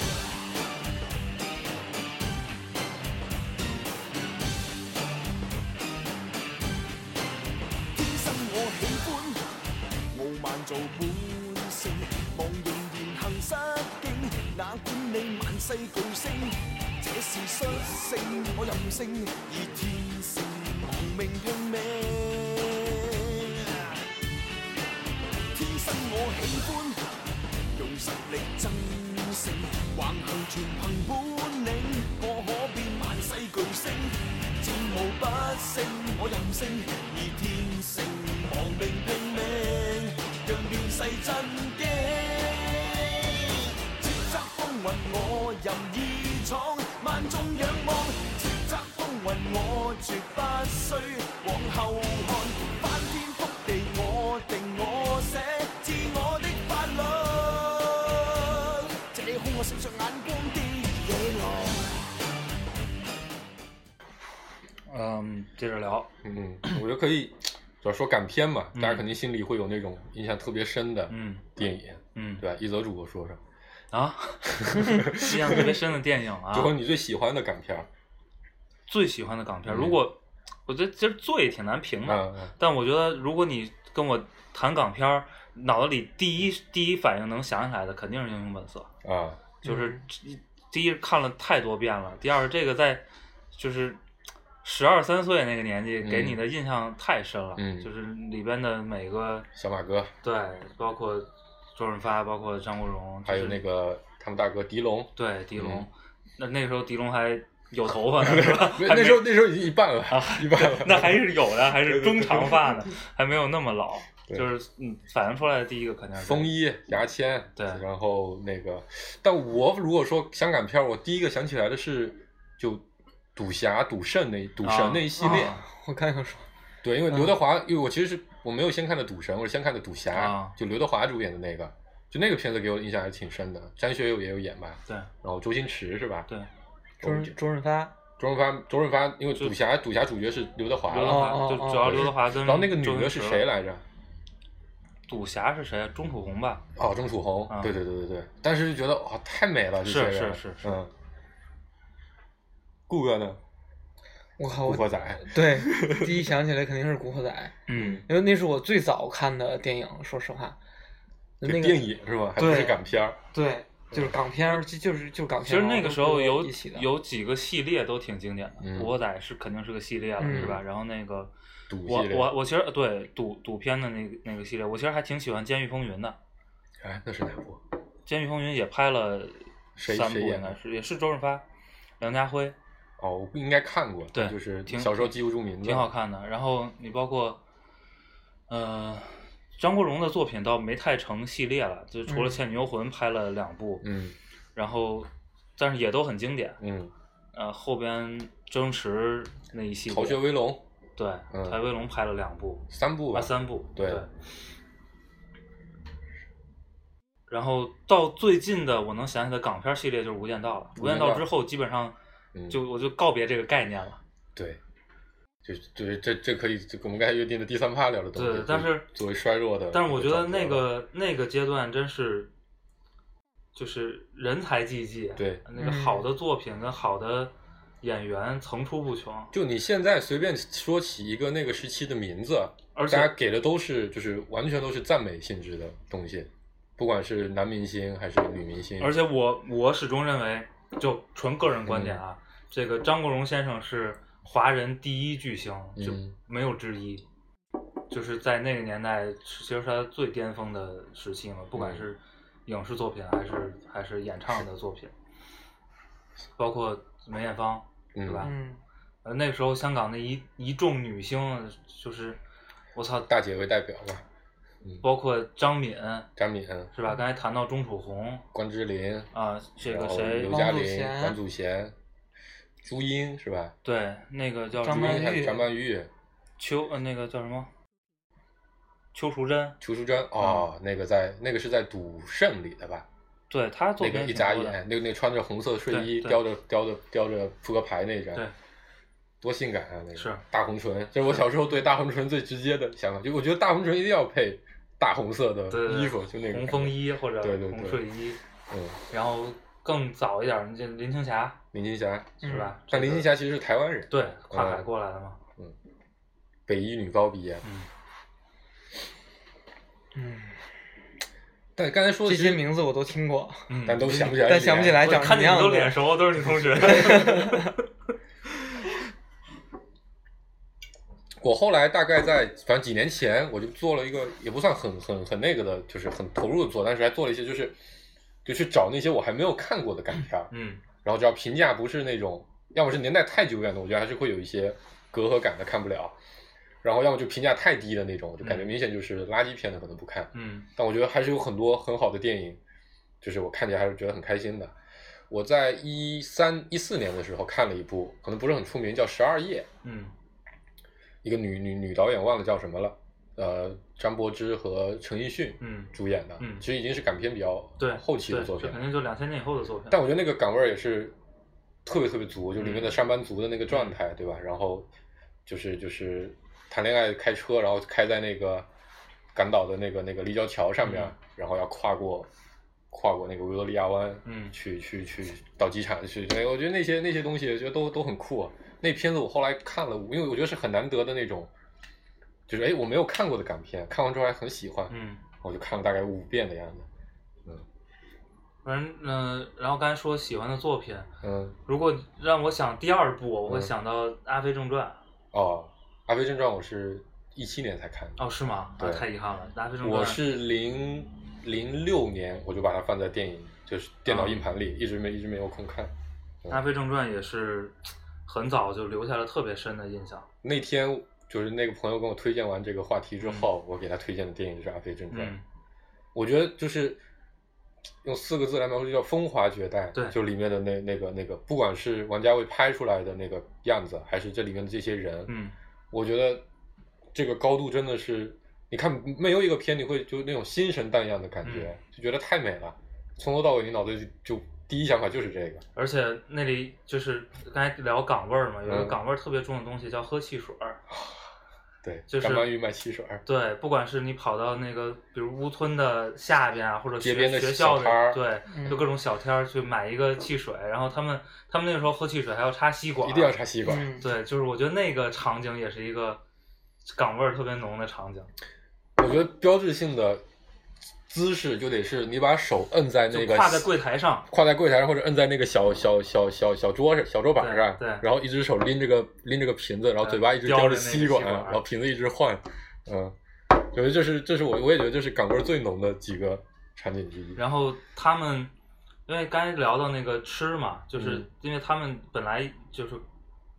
Speaker 6: 天生我喜歡。傲慢做本性，望仍然行失敬，哪管你萬世巨星，這是率性，我任性，以天性亡命拼命。天生我喜歡用實力爭勝，橫行全憑本領，我可變萬世巨星，戰無不勝，我任性，以天性亡命拼命，讓亂世震驚。叱咤風雲我任意闖，萬眾仰望。叱咤風雲我絕不需往後看，翻天覆地我定我寫，自我的法律。這空我閃着眼光的野狼。
Speaker 4: 嗯，接着聊，
Speaker 5: 嗯，我觉得可以，主要说港片嘛，
Speaker 4: 嗯
Speaker 5: 大家肯定心里会有那种印象特别深的
Speaker 4: 嗯
Speaker 5: 电影，
Speaker 4: 嗯，
Speaker 5: 对吧？一泽主播说说，
Speaker 4: 啊， 印象特别深的电影 啊，
Speaker 5: 就说你最喜欢的港片儿。
Speaker 4: 最喜欢的港片。
Speaker 5: 嗯
Speaker 4: 如果我觉得其实最挺难评的，
Speaker 5: 嗯嗯
Speaker 4: 但我觉得如果你跟我谈港片儿，脑子里第一第一反应能想起来的肯定是《英雄本色》，
Speaker 5: 啊，
Speaker 4: 就是这
Speaker 5: 嗯
Speaker 4: 第一是看了太多遍了，第二是这个在就是十二三岁那个年纪
Speaker 5: 嗯
Speaker 4: 给你的印象太深了，
Speaker 5: 嗯
Speaker 4: 就是里边的每个
Speaker 5: 小马哥，
Speaker 4: 对，包括周润发，包括张国荣，
Speaker 5: 还有那
Speaker 4: 个。
Speaker 5: 个他们大哥狄龙，
Speaker 4: 对，狄龙
Speaker 5: 嗯，？
Speaker 4: 那那时候狄龙还有头发呢，是吧
Speaker 5: 那那
Speaker 4: 还没。
Speaker 5: 时候那时候已经一半了， 一半了
Speaker 4: 啊 那还是有的，还是中长发呢，还没有那么老。
Speaker 5: 对
Speaker 4: 就是嗯，反映出来的第一个肯定是这个
Speaker 5: 风衣、牙签，
Speaker 4: 对
Speaker 5: 然后那个，但我如果说香港片儿，我第一个想起来的是就赌侠、赌圣那赌神
Speaker 4: 啊
Speaker 5: 那一系列，
Speaker 3: 啊我刚想说，
Speaker 5: 对，
Speaker 4: 嗯
Speaker 5: 因为刘德华，因为我其实是我没有先看的赌神，我是先看的赌侠，
Speaker 4: 啊
Speaker 5: 就刘德华主演的那个，就那个片子给我印象还挺深的，张学友也有演吧，
Speaker 4: 对
Speaker 5: 然后周星驰是吧？
Speaker 4: 对，
Speaker 3: 周润周润发，
Speaker 5: 周润发，周润发，因为
Speaker 4: 就
Speaker 5: 赌侠赌侠主角是刘德华
Speaker 4: 刘德
Speaker 5: 了，
Speaker 4: 华
Speaker 3: 哦
Speaker 4: 就
Speaker 3: 哦哦
Speaker 4: 主要刘德华跟
Speaker 5: 然后那个女
Speaker 4: 周星
Speaker 5: 的是
Speaker 4: 驰
Speaker 5: 谁？来着？
Speaker 4: 赌侠是谁？啊钟楚红吧？
Speaker 5: 哦，钟楚红，
Speaker 4: 啊
Speaker 5: 对对对对对，当时就觉得哇、太美了，这
Speaker 4: 是
Speaker 5: 些人，
Speaker 4: 是是是
Speaker 5: 嗯。顾哥呢？
Speaker 3: 我靠，
Speaker 5: 古
Speaker 3: 我
Speaker 5: 惑仔，
Speaker 3: 对第一想起来肯定是《古惑仔》，
Speaker 4: 嗯，
Speaker 3: 因为那是我最早看的电影，说实话，
Speaker 5: 这
Speaker 3: 那个
Speaker 5: 电影是吧？还不是
Speaker 3: 对
Speaker 5: 港片儿，
Speaker 3: 对，就是港片儿，就就是就是港
Speaker 4: 其
Speaker 3: 片儿。
Speaker 4: 实那个时候
Speaker 3: 然后
Speaker 4: 有
Speaker 3: 都是一起的，
Speaker 4: 有几个系列都挺经典的，
Speaker 5: 嗯
Speaker 4: 《古惑仔》是肯定是个系列了，
Speaker 3: 嗯
Speaker 4: 是吧？然后那个
Speaker 5: 赌
Speaker 4: 我
Speaker 5: 系列
Speaker 4: 我我其实对赌赌片的那个那个系列，我其实还挺喜欢《监狱风云》的。
Speaker 5: 哎，那是哪部？
Speaker 4: 《监狱风云》也拍了
Speaker 5: 谁
Speaker 4: 三部，
Speaker 5: 谁演
Speaker 4: 应
Speaker 5: 的
Speaker 4: 该是也是周润发、梁家辉，
Speaker 5: 哦，我应该看过，
Speaker 4: 对
Speaker 5: 就是
Speaker 4: 挺
Speaker 5: 小时候记不住名字，
Speaker 4: 挺好。看的。然后你包括，呃，张国荣的作品倒没太成系列了，就除了
Speaker 3: 嗯
Speaker 4: 《倩女幽魂》拍了两部，
Speaker 5: 嗯
Speaker 4: 然后但是也都很经典。
Speaker 5: 嗯，
Speaker 4: 呃，后边周星驰那一系
Speaker 5: 《逃学
Speaker 4: 列，
Speaker 5: 威龙》
Speaker 4: 对，
Speaker 5: 嗯
Speaker 4: 台威龙拍了两部，
Speaker 5: 三部吧
Speaker 4: 啊，，三部，
Speaker 5: 对
Speaker 4: 然后到最近的我能想起的港片系列就是《无间道》了，《无间道》之后基本上
Speaker 5: 嗯
Speaker 4: 就我就告别这个概念了。
Speaker 5: 对，就就是这这可以，这我们刚才约定的第三趴聊的东西，
Speaker 4: 对
Speaker 5: 就是
Speaker 4: 但是
Speaker 5: 作为衰弱的，
Speaker 4: 但是我觉得
Speaker 5: 转折
Speaker 4: 那个那个阶段真是，就是人才济济，
Speaker 5: 对
Speaker 4: 那个
Speaker 3: 嗯
Speaker 4: 好的作品跟好的演员层出不穷，
Speaker 5: 就你现在随便说起一个那个时期的名字，
Speaker 4: 而
Speaker 5: 大家
Speaker 4: 且
Speaker 5: 给的都是就是完全都是赞美性质的东西，不管是男明星还是女明星，嗯
Speaker 4: 而且我我始终认为，就纯个人观点啊，这个张国荣先生是华人第一巨星，就
Speaker 5: 嗯
Speaker 4: 没有之一。就是在那个年代，其实他最巅峰的时期嘛，不管
Speaker 5: 嗯
Speaker 4: 是影视作品还是还是演唱的作品，包括梅艳芳，
Speaker 5: 嗯
Speaker 4: 对吧？
Speaker 3: 嗯，
Speaker 4: 呃，那个时候香港的一一众女星，就是我操，
Speaker 5: 大姐为代表吧，
Speaker 4: 包括张敏
Speaker 5: 张敏、
Speaker 4: 是吧？刚才谈到钟楚红
Speaker 5: 关之琳，
Speaker 4: 啊、这
Speaker 5: 然
Speaker 4: 个
Speaker 5: 后
Speaker 4: 谁
Speaker 5: 哦刘嘉
Speaker 3: 王祖
Speaker 5: 玲、
Speaker 3: 贤
Speaker 5: 王祖贤、朱茵是吧？
Speaker 4: 对那个叫
Speaker 3: 张
Speaker 4: 什
Speaker 5: 朱
Speaker 4: 么
Speaker 3: 曼
Speaker 5: 茵还
Speaker 3: 玉
Speaker 5: 有张曼玉、
Speaker 4: 邱呃那个叫什么邱淑贞，
Speaker 5: 邱淑贞哦，那个在那个是在《赌圣》里的吧？
Speaker 4: 对她作
Speaker 5: 那
Speaker 4: 品
Speaker 5: 个一
Speaker 4: 挺
Speaker 5: 眨
Speaker 4: 多的。
Speaker 5: 眼，那个那个穿着红色睡衣，
Speaker 4: 对对
Speaker 5: 叼着叼着叼着扑克牌那张，
Speaker 4: 对，
Speaker 5: 多性感啊！那个
Speaker 4: 是
Speaker 5: 大红唇，这是我小时候对大红唇最直接的想法，就我觉得大红唇一定要配大红色的
Speaker 4: 对对对
Speaker 5: 衣服，就那个感
Speaker 4: 红
Speaker 5: 觉
Speaker 4: 风。衣或者
Speaker 5: 对对
Speaker 4: 红
Speaker 5: 对
Speaker 4: 睡衣，
Speaker 5: 嗯，
Speaker 4: 然后更早一点儿，这林青霞
Speaker 5: 林青霞，
Speaker 4: 是吧？
Speaker 5: 但林青霞其实是台湾人，
Speaker 4: 对跨海
Speaker 5: 嗯
Speaker 4: 过来的嘛，
Speaker 5: 北医女高毕业。
Speaker 4: 嗯，
Speaker 3: 嗯，
Speaker 5: 但刚才说的
Speaker 3: 这
Speaker 5: 其
Speaker 3: 些
Speaker 5: 实，
Speaker 3: 名字我都听过，
Speaker 4: 嗯
Speaker 5: 但都想不起来，
Speaker 3: 但想不起来
Speaker 4: 我
Speaker 3: 长什
Speaker 4: 看
Speaker 3: 么
Speaker 4: 见
Speaker 3: 样
Speaker 4: 你
Speaker 3: 子。
Speaker 4: 都脸熟，都是你 同学。
Speaker 5: 我后来大概在反正几年前，我就做了一个也不算很很很那个的，就是很投入的做，但是还做了一些就是就去找那些我还没有看过的港片儿，
Speaker 4: 嗯
Speaker 5: 然后只要评价不是那种，要么是年代太久远的，我觉得还是会有一些隔阂感的，看不了。然后要么就评价太低的那种，就感觉明显就是垃圾片的，可能不看。
Speaker 4: 嗯
Speaker 5: 但我觉得还是有很多很好的电影，就是我看起来还是觉得很开心的。我在一三一四年的时候看了一部，可能不是很出名，叫《十二夜》。
Speaker 4: 嗯
Speaker 5: 一个女女女导演忘了叫什么了，呃，张柏芝和陈奕迅
Speaker 4: 嗯，
Speaker 5: 主演的，
Speaker 4: 嗯
Speaker 5: 其实已经是港片比较
Speaker 4: 对，
Speaker 5: 后期的
Speaker 4: 对
Speaker 5: 作
Speaker 4: 这
Speaker 5: 品
Speaker 4: 肯
Speaker 5: 了，
Speaker 4: 定就两千年以后的作品。
Speaker 5: 但我觉得那个港味儿也是特别特别足，就里
Speaker 4: 嗯
Speaker 5: 面的上班族的那个状态，对吧？然后就是就是谈恋爱开车，然后开在那个港岛的那个那个立交桥上面，
Speaker 4: 嗯
Speaker 5: 然后要跨过跨过那个维多利亚湾，
Speaker 4: 嗯
Speaker 5: 去去去到机场去，对我觉得那些那些东西，我觉得都都很酷、啊。那片子我后来看了，因为我觉得是很难得的那种，就是哎我没有看过的港片，看完之后还很喜欢，
Speaker 4: 嗯，
Speaker 5: 我就看了大概五遍的样子。
Speaker 4: 反正嗯、然后刚才说喜欢的作品，
Speaker 5: 嗯，
Speaker 4: 如果让我想第二部，我会
Speaker 5: 嗯
Speaker 4: 想到《阿飞正传
Speaker 5: 哦，《阿飞正传》我是一七年才看的。》。
Speaker 4: 哦，是吗？啊，
Speaker 5: 对
Speaker 4: 太遗憾了，《阿飞正传》
Speaker 5: 我是零零六年我就把它放在电影，就是电
Speaker 4: 哦
Speaker 5: 脑硬盘里，一直没一直没有空看。
Speaker 4: 《阿飞正传》也是很早就留下了特别深的印象。
Speaker 5: 那天就是那个朋友跟我推荐完这个话题之后，我给他推荐的电影就是《阿飞正传》
Speaker 4: 嗯
Speaker 5: 我觉得就是用四个字来描述，就叫风华绝代。
Speaker 4: 对
Speaker 5: 就里面的那那个那个，不管是王家卫拍出来的那个样子，还是这里面的这些人，
Speaker 4: 嗯
Speaker 5: 我觉得这个高度真的是，你看没有一个片你会就那种心神荡漾的感觉，
Speaker 4: 嗯
Speaker 5: 就觉得太美了。从头到尾，你脑子里就第一想法就是这个。
Speaker 4: 而且那里就是刚才聊港味儿嘛，有一个
Speaker 5: 嗯
Speaker 4: 港味儿特别重的东西叫喝汽水儿。
Speaker 5: 对，
Speaker 4: 就是
Speaker 5: 张曼玉卖汽水儿，
Speaker 4: 对，不管是你跑到那个比如乌村的下边啊，或者
Speaker 5: 街
Speaker 4: 学
Speaker 5: 边的
Speaker 4: 学
Speaker 5: 小
Speaker 4: 校
Speaker 5: 摊儿
Speaker 4: 的，对，
Speaker 3: 嗯
Speaker 4: 就各种小摊儿去买一个汽水，然后他们他们那个时候喝汽水还要插吸管，
Speaker 5: 一定要。插吸管。
Speaker 3: 嗯，
Speaker 4: 对，就是我觉得那个场景也是一个港味儿特别浓的场景，
Speaker 5: 我觉得标志性的姿势就得是你把手摁在那
Speaker 4: 就
Speaker 5: 个
Speaker 4: 跨在柜台上，
Speaker 5: 挎在柜台上，或者摁在那个小小小小小桌上、小桌板上，
Speaker 4: 对对
Speaker 5: 然后一只手拎着个拎着个瓶子，然后嘴巴一直叼
Speaker 4: 叼着
Speaker 5: 着
Speaker 4: 那个
Speaker 5: 吸
Speaker 4: 吸管
Speaker 5: 然后瓶子一直换，嗯，我觉得这是这是我我也觉得这是港味儿最浓的几个场景之一。
Speaker 4: 然后他们，因为刚才聊到那个吃嘛，就是
Speaker 5: 嗯
Speaker 4: 因为他们本来就是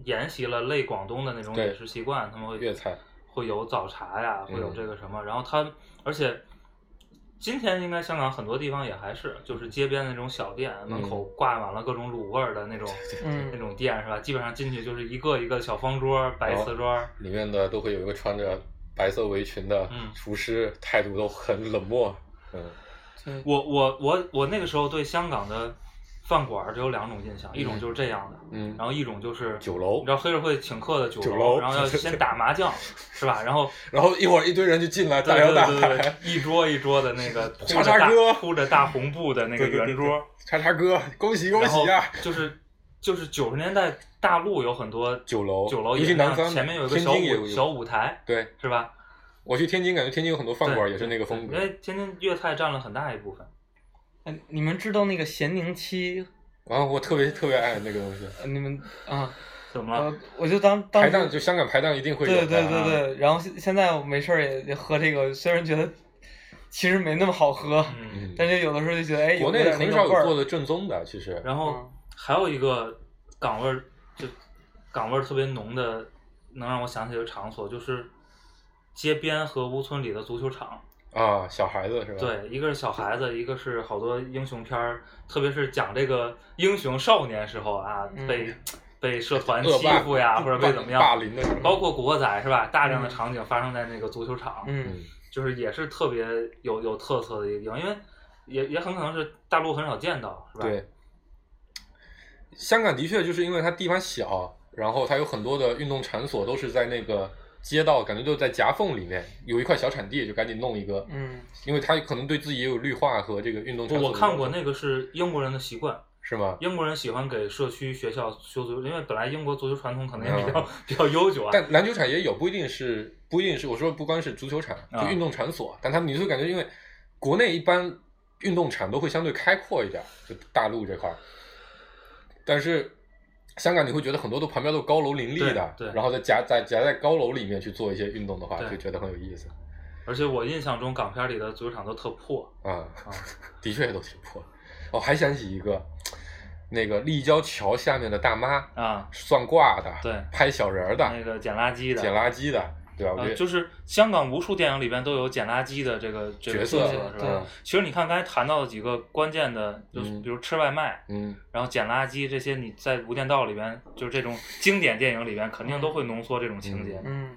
Speaker 4: 沿袭了类广东的那种
Speaker 5: 对
Speaker 4: 饮食习惯，他们会
Speaker 5: 粤菜
Speaker 4: 会有早茶呀，
Speaker 5: 嗯
Speaker 4: 会有这个什么，然后他而且今天应该香港很多地方也还是，就是街边的那种小店，门口挂满了各种卤味儿的那种。那
Speaker 3: 嗯，
Speaker 4: 种店是吧？基本上进去就是一个一个小方桌、白瓷桌，
Speaker 5: 里面的都会有一个穿着白色围裙的
Speaker 4: 嗯
Speaker 5: 厨师，态度都很冷漠，嗯，
Speaker 3: 对，
Speaker 4: 我我我我那个时候对香港的饭馆儿只有两种印象，一种就是这样的，
Speaker 5: 嗯
Speaker 4: 然后一种就是
Speaker 5: 酒楼
Speaker 4: 你知道黑社会请客的酒
Speaker 5: 酒楼
Speaker 4: 然后要先打麻 将，是吧？然后
Speaker 5: 然后一会儿一堆人就进来，大
Speaker 4: 对
Speaker 5: 摇
Speaker 4: 对
Speaker 5: 大
Speaker 4: 对对
Speaker 5: 摆，，
Speaker 4: 一桌一桌的 那个铺
Speaker 5: 叉
Speaker 4: 着
Speaker 5: 叉
Speaker 4: 大
Speaker 5: 哥
Speaker 4: 铺着大红布的那个
Speaker 5: 对对对
Speaker 4: 圆桌，
Speaker 5: 叉叉哥，恭喜恭
Speaker 4: 然后
Speaker 5: 喜啊！
Speaker 4: 就是就是九十年代大陆有很多
Speaker 5: 酒楼
Speaker 4: 酒楼
Speaker 5: 尤
Speaker 4: 也
Speaker 5: 其
Speaker 4: 是那样
Speaker 5: 南方的
Speaker 4: 前面有一个
Speaker 5: 天
Speaker 4: 小
Speaker 5: 津也有
Speaker 4: 舞
Speaker 5: 一个
Speaker 4: 小舞台
Speaker 5: 对
Speaker 4: 是吧？
Speaker 5: 我去天津，感觉天津有很多饭馆
Speaker 4: 对
Speaker 5: 也是那个风格
Speaker 4: 因。为天津粤菜占了很大一部分。
Speaker 3: 哎你们知道那个咸宁七
Speaker 5: 啊，我特别特别爱那个东西，
Speaker 3: 呃你们啊，
Speaker 4: 怎么
Speaker 5: 呃
Speaker 4: 了？
Speaker 3: 我我就当当
Speaker 5: 排
Speaker 3: 时
Speaker 5: 档就香港排啊档一定会有
Speaker 3: 对
Speaker 5: 的。
Speaker 3: 对对对，然后现现在我没事儿也也喝这个，虽然觉得其实没那么好喝，
Speaker 4: 嗯，
Speaker 5: 嗯，
Speaker 3: 但是有的时候就觉得哎，有
Speaker 5: 国内
Speaker 3: 有点
Speaker 5: 很
Speaker 3: 那
Speaker 5: 少
Speaker 3: 种味
Speaker 5: 有
Speaker 3: 儿
Speaker 5: 做的正宗的，其实。
Speaker 4: 然后
Speaker 3: 嗯
Speaker 4: 还有一个港味儿，就港味儿特别浓的，能让我想起一个场所，就是街边和屋村里的足球场。
Speaker 5: 啊，小孩子是吧？，
Speaker 4: 对，一个是小孩子，一个是好多英雄片儿，特别是讲这个英雄少年时候啊，
Speaker 3: 嗯
Speaker 4: 被被社团
Speaker 5: 恶
Speaker 4: 欺
Speaker 5: 霸
Speaker 4: 负呀，或者被怎么样，
Speaker 5: 霸凌的场景
Speaker 4: 包括古惑仔是吧？大量的
Speaker 3: 嗯
Speaker 4: 场景发生在那个足球场，
Speaker 3: 嗯
Speaker 5: 嗯，
Speaker 4: 就是也是特别有有特色的一个地方，因为也也很可能是大陆很少见到，是吧？
Speaker 5: 对。香港的确就是因为它地方小，然后它有很多的运动场所都是在那个街道，感觉就在夹缝里面有一块小产地，就赶紧弄一个，
Speaker 3: 嗯
Speaker 5: 因为它可能对自己也有绿化和这个运动场
Speaker 4: 我
Speaker 5: 所。
Speaker 4: 我看过那个是英国人的习惯，
Speaker 5: 是吗？
Speaker 4: 英国人喜欢给社区、学校修足球，因为本来英国足球传统可能也比较、 比较悠久啊。
Speaker 5: 但篮球场也有，不一定是不一定是我说不光是足球场，就
Speaker 4: 啊
Speaker 5: 运动场所，但他们你就感觉因为国内一般运动场都会相对开阔一点，就大陆这块儿，但是香港你会觉得很多都旁边都是高楼林立的，
Speaker 4: 对对
Speaker 5: 然后再夹在夹在高楼里面去做一些运动的话，
Speaker 4: 对
Speaker 5: 就觉得很有意思
Speaker 4: 而且我印象中港片里的足球场都特破
Speaker 5: 啊，
Speaker 4: 啊，
Speaker 5: 的确都挺破。哦，还想起一个，那个立交桥下面的大妈
Speaker 4: 啊，
Speaker 5: 算卦的，
Speaker 4: 对
Speaker 5: 拍小人儿
Speaker 4: 那
Speaker 5: 的，
Speaker 4: 个捡垃圾的，
Speaker 5: 捡垃圾的，对吧？我觉
Speaker 4: 呃，
Speaker 5: 得
Speaker 4: 就是香港无数电影里边都有捡垃圾的这个这个
Speaker 5: 角
Speaker 4: 色
Speaker 5: 色
Speaker 4: 是
Speaker 3: 对
Speaker 4: 吧？其实你看刚才谈到的几个关键的，就是
Speaker 5: 嗯
Speaker 4: 比如吃外卖，
Speaker 5: 嗯。
Speaker 4: 然后捡垃圾这些，你在无间道里边，就是这种经典电影里边，肯定都会浓缩这种情节。
Speaker 3: 嗯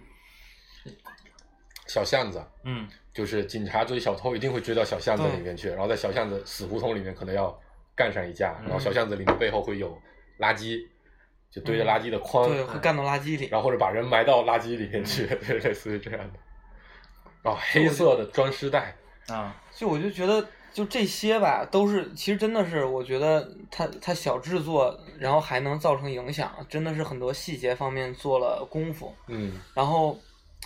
Speaker 5: 小巷子，
Speaker 4: 嗯，
Speaker 5: 就是警察追小偷一定会追到小巷子里面去，然后在小巷子死胡同里面可能要干上一架，
Speaker 4: 嗯
Speaker 5: 然后小巷子里面背后会有垃圾，就堆着垃圾的筐，
Speaker 3: 嗯
Speaker 5: 啊
Speaker 3: 对，会干到嗯垃圾里。
Speaker 5: 哦然后或者把人埋到垃圾里面去， 对类似于这样的。哦，黑色的装尸袋，
Speaker 4: 啊，
Speaker 3: 就我就觉得，就这些吧，都是其实真的是，我觉得它它小制作，然后还能造成影响，真的是很多细节方面做了功夫。
Speaker 5: 嗯，
Speaker 3: 然后，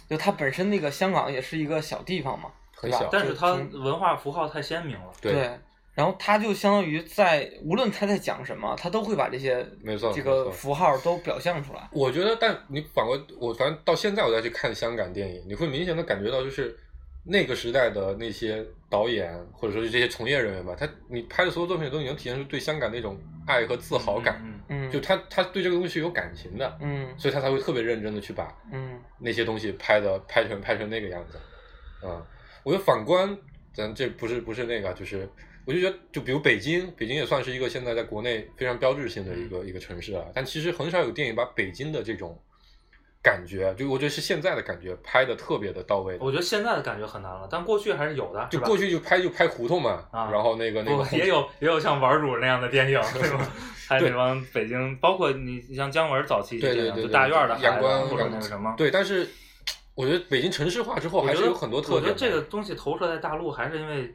Speaker 3: 就它本身那个香港也是一个小地方嘛，
Speaker 5: 很
Speaker 3: 对吧
Speaker 5: 小
Speaker 4: 但是它
Speaker 3: 就从
Speaker 4: 文化符号太鲜明了。
Speaker 5: 对，
Speaker 3: 然后它就相当于在无论他在讲什么，他都会把这些
Speaker 5: 没错
Speaker 3: 这
Speaker 5: 没
Speaker 3: 个
Speaker 5: 错
Speaker 3: 符号都表象出来。
Speaker 5: 我觉得，但你反过我，反正到现在我再去看香港电影，你会明显的感觉到，就是那个时代的那些导演或者说是这些从业人员吧，他你拍的所有作品都能体现出对香港那种爱和自豪感，
Speaker 4: 嗯，
Speaker 3: 嗯，
Speaker 5: 就他他对这个东西有感情的，
Speaker 3: 嗯
Speaker 5: 所以他才会特别认真的去把
Speaker 3: 嗯
Speaker 5: 那些东西拍的拍成拍成那个样子，啊、我觉得反观咱这不是不是那个啊，就是我就觉得就比如北京，北京也算是一个现在在国内非常标志性的一
Speaker 4: 嗯
Speaker 5: 个、一个城市啊，但其实很少有电影把北京的这种感觉，就我觉得是现在的感觉拍的特别的到位的
Speaker 4: 我觉得现在的感觉很难了，但过去还哦是有的，
Speaker 5: 就是
Speaker 4: 吧
Speaker 5: 过去就拍就拍胡同嘛，
Speaker 4: 啊
Speaker 5: 然后那个那个
Speaker 4: 不也有 也有像玩主那样的电 影，对吧？还有
Speaker 5: 对
Speaker 4: 那帮北京，包括你你像姜文早期
Speaker 5: 对
Speaker 4: 这
Speaker 5: 对
Speaker 4: 样，
Speaker 5: 对，
Speaker 4: 就
Speaker 5: 对
Speaker 4: 大院儿的
Speaker 5: 阳
Speaker 4: 孩子啊
Speaker 5: 光
Speaker 4: 或者
Speaker 5: 阳
Speaker 4: 那个什么，
Speaker 5: 对，但是我觉得北京城市化之后
Speaker 4: 我
Speaker 5: 还
Speaker 4: 觉
Speaker 5: 是
Speaker 4: 得
Speaker 5: 有很多特
Speaker 4: 我觉
Speaker 5: 点的。
Speaker 4: 得这个东西投射在大陆，还是因为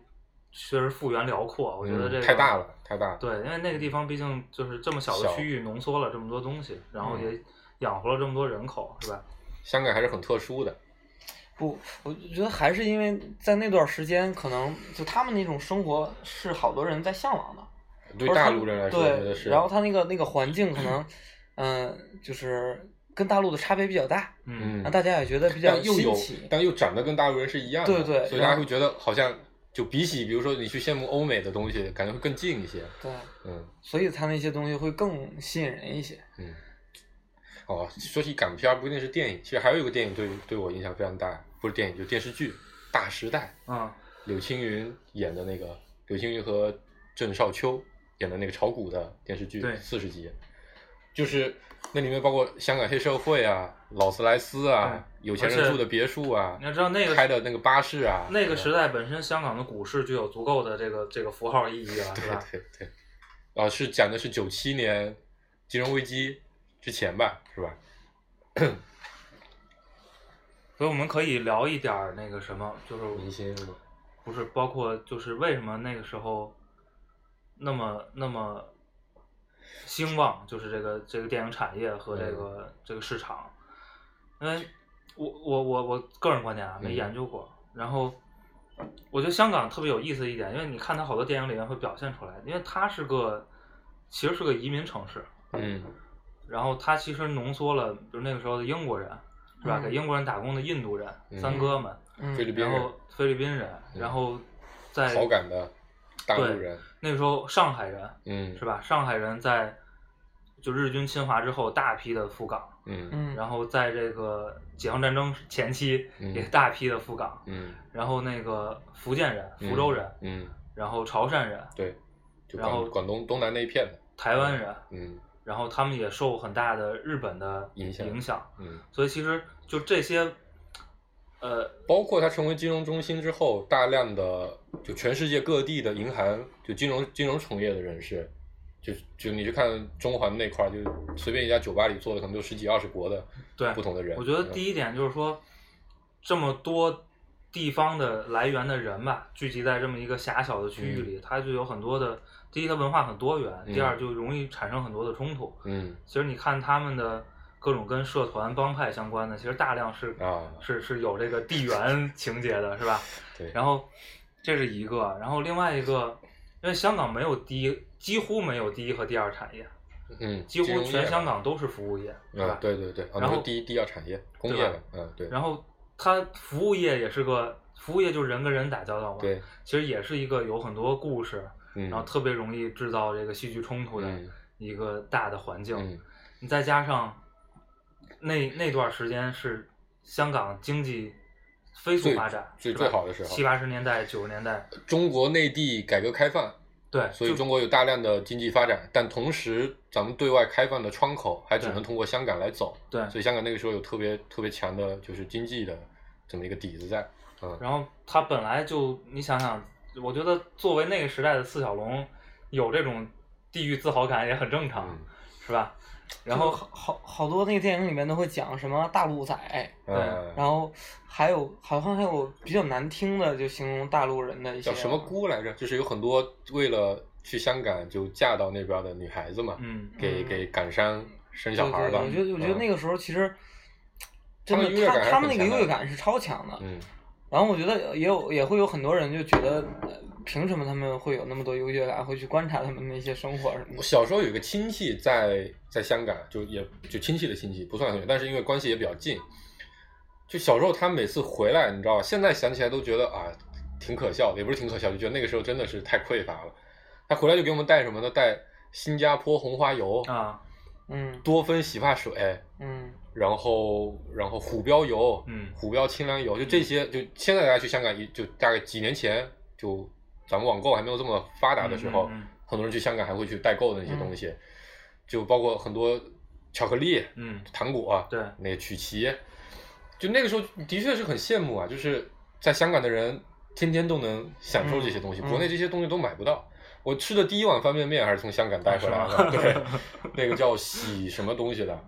Speaker 4: 确实幅员辽阔，我觉得
Speaker 5: 嗯
Speaker 4: 这个
Speaker 5: 太大。了，太大了。
Speaker 4: 对，因为那个地方毕竟就是这么小的
Speaker 5: 小
Speaker 4: 区域，浓缩了这么多东西，然后
Speaker 5: 嗯
Speaker 4: 也养活了这么多人口，是吧？
Speaker 5: 香港还是很特殊的，
Speaker 3: 不，我觉得还是因为在那段时间，可能就他们那种生活是好多人在向往的。
Speaker 5: 对
Speaker 3: 或者他
Speaker 5: 大陆人来说，我觉得
Speaker 3: 对，
Speaker 5: 是。
Speaker 3: 然后他那个那个环境可 能，嗯、就是跟大陆的差别比较大，
Speaker 5: 嗯
Speaker 3: 那，大家也觉得比较
Speaker 5: 但又
Speaker 3: 新
Speaker 5: 有
Speaker 3: 奇，。
Speaker 5: 但又长得跟大陆人是一样的，
Speaker 3: 对对
Speaker 5: 所以
Speaker 3: 然
Speaker 5: 大
Speaker 3: 后
Speaker 5: 家会觉得好像就比起，比如说你去羡慕欧美的东西，感觉会更近一些。
Speaker 3: 对，
Speaker 5: 嗯
Speaker 3: 所以他那些东西会更吸引人一些。
Speaker 5: 嗯。哦，说起港片儿，不一定是电影，其实还有一个电影对对我影响非常大，不是电影，就电视剧《大时代》。
Speaker 4: 嗯，
Speaker 5: 柳青云演的那个，柳青云和郑少秋演的那个炒股的电视剧
Speaker 4: 对，
Speaker 5: 四十集，就是那里面包括香港黑社会啊、劳斯莱斯啊、有钱
Speaker 4: 而
Speaker 5: 人
Speaker 4: 且
Speaker 5: 住的别墅啊
Speaker 4: 你、要知道那个
Speaker 5: 开的那个巴士啊，
Speaker 4: 那个时代本身，香港的股市就有足够的这个这个符号意义了，
Speaker 5: 对
Speaker 4: 是吧？
Speaker 5: 对对，啊，是讲的是九七年金融危机之前吧，是吧？
Speaker 4: 所以我们可以聊一点儿那个什么，就是
Speaker 5: 明星是吗？
Speaker 4: 不是包括就是为什么那个时候那么那么兴旺，就是这个这个电影产业和这个、
Speaker 5: 嗯
Speaker 4: 这个市场，因为我我我我个人观点啊，
Speaker 5: 嗯
Speaker 4: 没研究过，然后。我觉得香港特别有意思一点，因为你看它好多电影里面会表现出来，因为它是个其实是个移民城市，
Speaker 5: 嗯
Speaker 4: 然后它其实浓缩了，比如那个时候的英国人，是吧？
Speaker 3: 嗯
Speaker 4: 给英国人打工的印度人、
Speaker 5: 嗯
Speaker 4: 三哥们，
Speaker 3: 嗯
Speaker 5: 菲律宾
Speaker 4: 然
Speaker 5: 人
Speaker 4: 后菲律宾人，然后在
Speaker 5: 好感的大陆
Speaker 4: 哎对
Speaker 5: 人，
Speaker 4: 那个时候上海人
Speaker 5: 嗯
Speaker 4: 是吧？上海人在就日军侵华之后大批的赴港，
Speaker 5: 嗯
Speaker 3: 嗯，
Speaker 4: 然后在这个解放战争前期
Speaker 5: 嗯
Speaker 4: 也大批的赴港，
Speaker 5: 嗯，
Speaker 4: 然后那个福建人、
Speaker 5: 嗯
Speaker 4: 福州人，
Speaker 5: 嗯，
Speaker 4: 然后潮汕人、
Speaker 5: 对，就
Speaker 4: 然后
Speaker 5: 广广东东南那一片的，
Speaker 4: 台湾人，
Speaker 5: 嗯
Speaker 4: 然后他们也受很大的日本的
Speaker 5: 影响
Speaker 4: 影响，
Speaker 5: 嗯，
Speaker 4: 所以其实就这些，呃，
Speaker 5: 包括它成为金融中心之后，大量的就全世界各地的银行就金融金融从业的人士，就就你去看中环那块儿，就随便一家酒吧里坐的可能就十几二十国的
Speaker 4: 对，
Speaker 5: 不同的人，嗯
Speaker 4: 我觉得第一点就是说，这么多地方的来源的人吧，聚集在这么一个狭小的区域里，它就有很多的。第一，它文化很多元；
Speaker 5: 嗯
Speaker 4: 第二，就容易产生很多的冲突。
Speaker 5: 嗯
Speaker 4: 其实你看他们的各种跟社团帮派相关的，其实大量是
Speaker 5: 啊，
Speaker 4: 是是有这个地缘情节的，是吧？
Speaker 5: 对，
Speaker 4: 然后这是一个，然后另外一个，因为香港没有第一，几乎没有第一和第二产业，
Speaker 5: 嗯，
Speaker 4: 几乎
Speaker 5: 金融业
Speaker 4: 全
Speaker 5: 吧
Speaker 4: 香港都是服务业，是吧
Speaker 5: 啊，？对对对，啊，
Speaker 4: 然后
Speaker 5: 你说第一第二产业工业
Speaker 4: 对吧
Speaker 5: 吧，嗯对，
Speaker 4: 然后它服务业也是个服务业，就是人跟人打交道嘛。，
Speaker 5: 对，
Speaker 4: 其实也是一个有很多故事，
Speaker 5: 嗯，
Speaker 4: 然后特别容易制造这个戏剧冲突的
Speaker 5: 嗯
Speaker 4: 一个大的环境。
Speaker 5: 嗯
Speaker 4: 你再加上那那段时间是香港经济飞速
Speaker 5: 最
Speaker 4: 发展，
Speaker 5: 最
Speaker 4: 是
Speaker 5: 最
Speaker 4: 吧
Speaker 5: 好的时候
Speaker 4: 七八十年代、九十年代，
Speaker 5: 中国内地改革开放，
Speaker 4: 对，
Speaker 5: 所以
Speaker 4: 就
Speaker 5: 中国有大量的经济发展，但同时咱们对外开放的窗口还只
Speaker 4: 对
Speaker 5: 能通过香港来走，
Speaker 4: 对，
Speaker 5: 所以香港那个时候有特别特别强的就是经济的这么一个底子在，嗯
Speaker 4: 然后他本来就，你想想，我觉得作为那个时代的四小龙，有这种地域自豪感也很正常，
Speaker 5: 嗯
Speaker 4: 是吧？然
Speaker 3: 就
Speaker 4: 后
Speaker 3: 好好好多那个电影里面都会讲什么大陆仔，哎
Speaker 4: 对
Speaker 5: 啊
Speaker 3: 然后还有好像还有比较难听的，就形容大陆人的一些
Speaker 5: 叫什么姑来着？就是有很多为了去香港就嫁到那边的女孩子嘛，
Speaker 4: 嗯，
Speaker 5: 给
Speaker 3: 嗯
Speaker 5: 给港商生
Speaker 3: 对
Speaker 5: 小孩
Speaker 3: 对
Speaker 5: 的，
Speaker 3: 我觉得我觉得
Speaker 5: 嗯
Speaker 3: 那个时候其实
Speaker 5: 他
Speaker 3: 真
Speaker 5: 们
Speaker 3: 的
Speaker 5: 优越感还
Speaker 3: 他
Speaker 5: 是
Speaker 3: 他
Speaker 5: 很
Speaker 3: 们那个
Speaker 5: 强
Speaker 3: 优
Speaker 5: 的
Speaker 3: 越感是超强的。
Speaker 5: 嗯
Speaker 3: 然后我觉得也有也会有很多人就觉得，呃凭什么他们会有那么多优越感，会去观察他们那些生活什么
Speaker 5: 我
Speaker 3: 的。
Speaker 5: 小时候有一个亲戚在在香港，就也就亲戚的亲戚，不算很远，但是因为关系也比较近。就小时候他每次回来，你知道吧？现在想起来都觉得啊，挺可笑的，也不是挺可笑，就觉得那个时候真的是太匮乏了。他回来就给我们带什么呢？带新加坡红花油、
Speaker 4: 啊，
Speaker 3: 嗯
Speaker 5: 多芬洗发水，
Speaker 3: 嗯
Speaker 5: 然后然后虎标油、
Speaker 4: 嗯
Speaker 5: 虎标清凉油，就这些。就现在大家去香港，一就大概几年前，就咱们网购还没有这么发达的时候，
Speaker 4: 嗯嗯
Speaker 5: 很多人去香港还会去代购的那些
Speaker 3: 嗯
Speaker 5: 东西，就包括很多巧克力、
Speaker 4: 嗯，
Speaker 5: 糖果、啊，
Speaker 4: 对
Speaker 5: 那个曲奇，就那个时候的确是很羡慕啊，就是在香港的人天天都能享受这些东西，
Speaker 3: 嗯嗯
Speaker 5: 国内这些东西都买不到。我吃的第一碗方便面还是从香港带回来
Speaker 3: 啊
Speaker 5: 的， 对，那个叫喜什么东西的，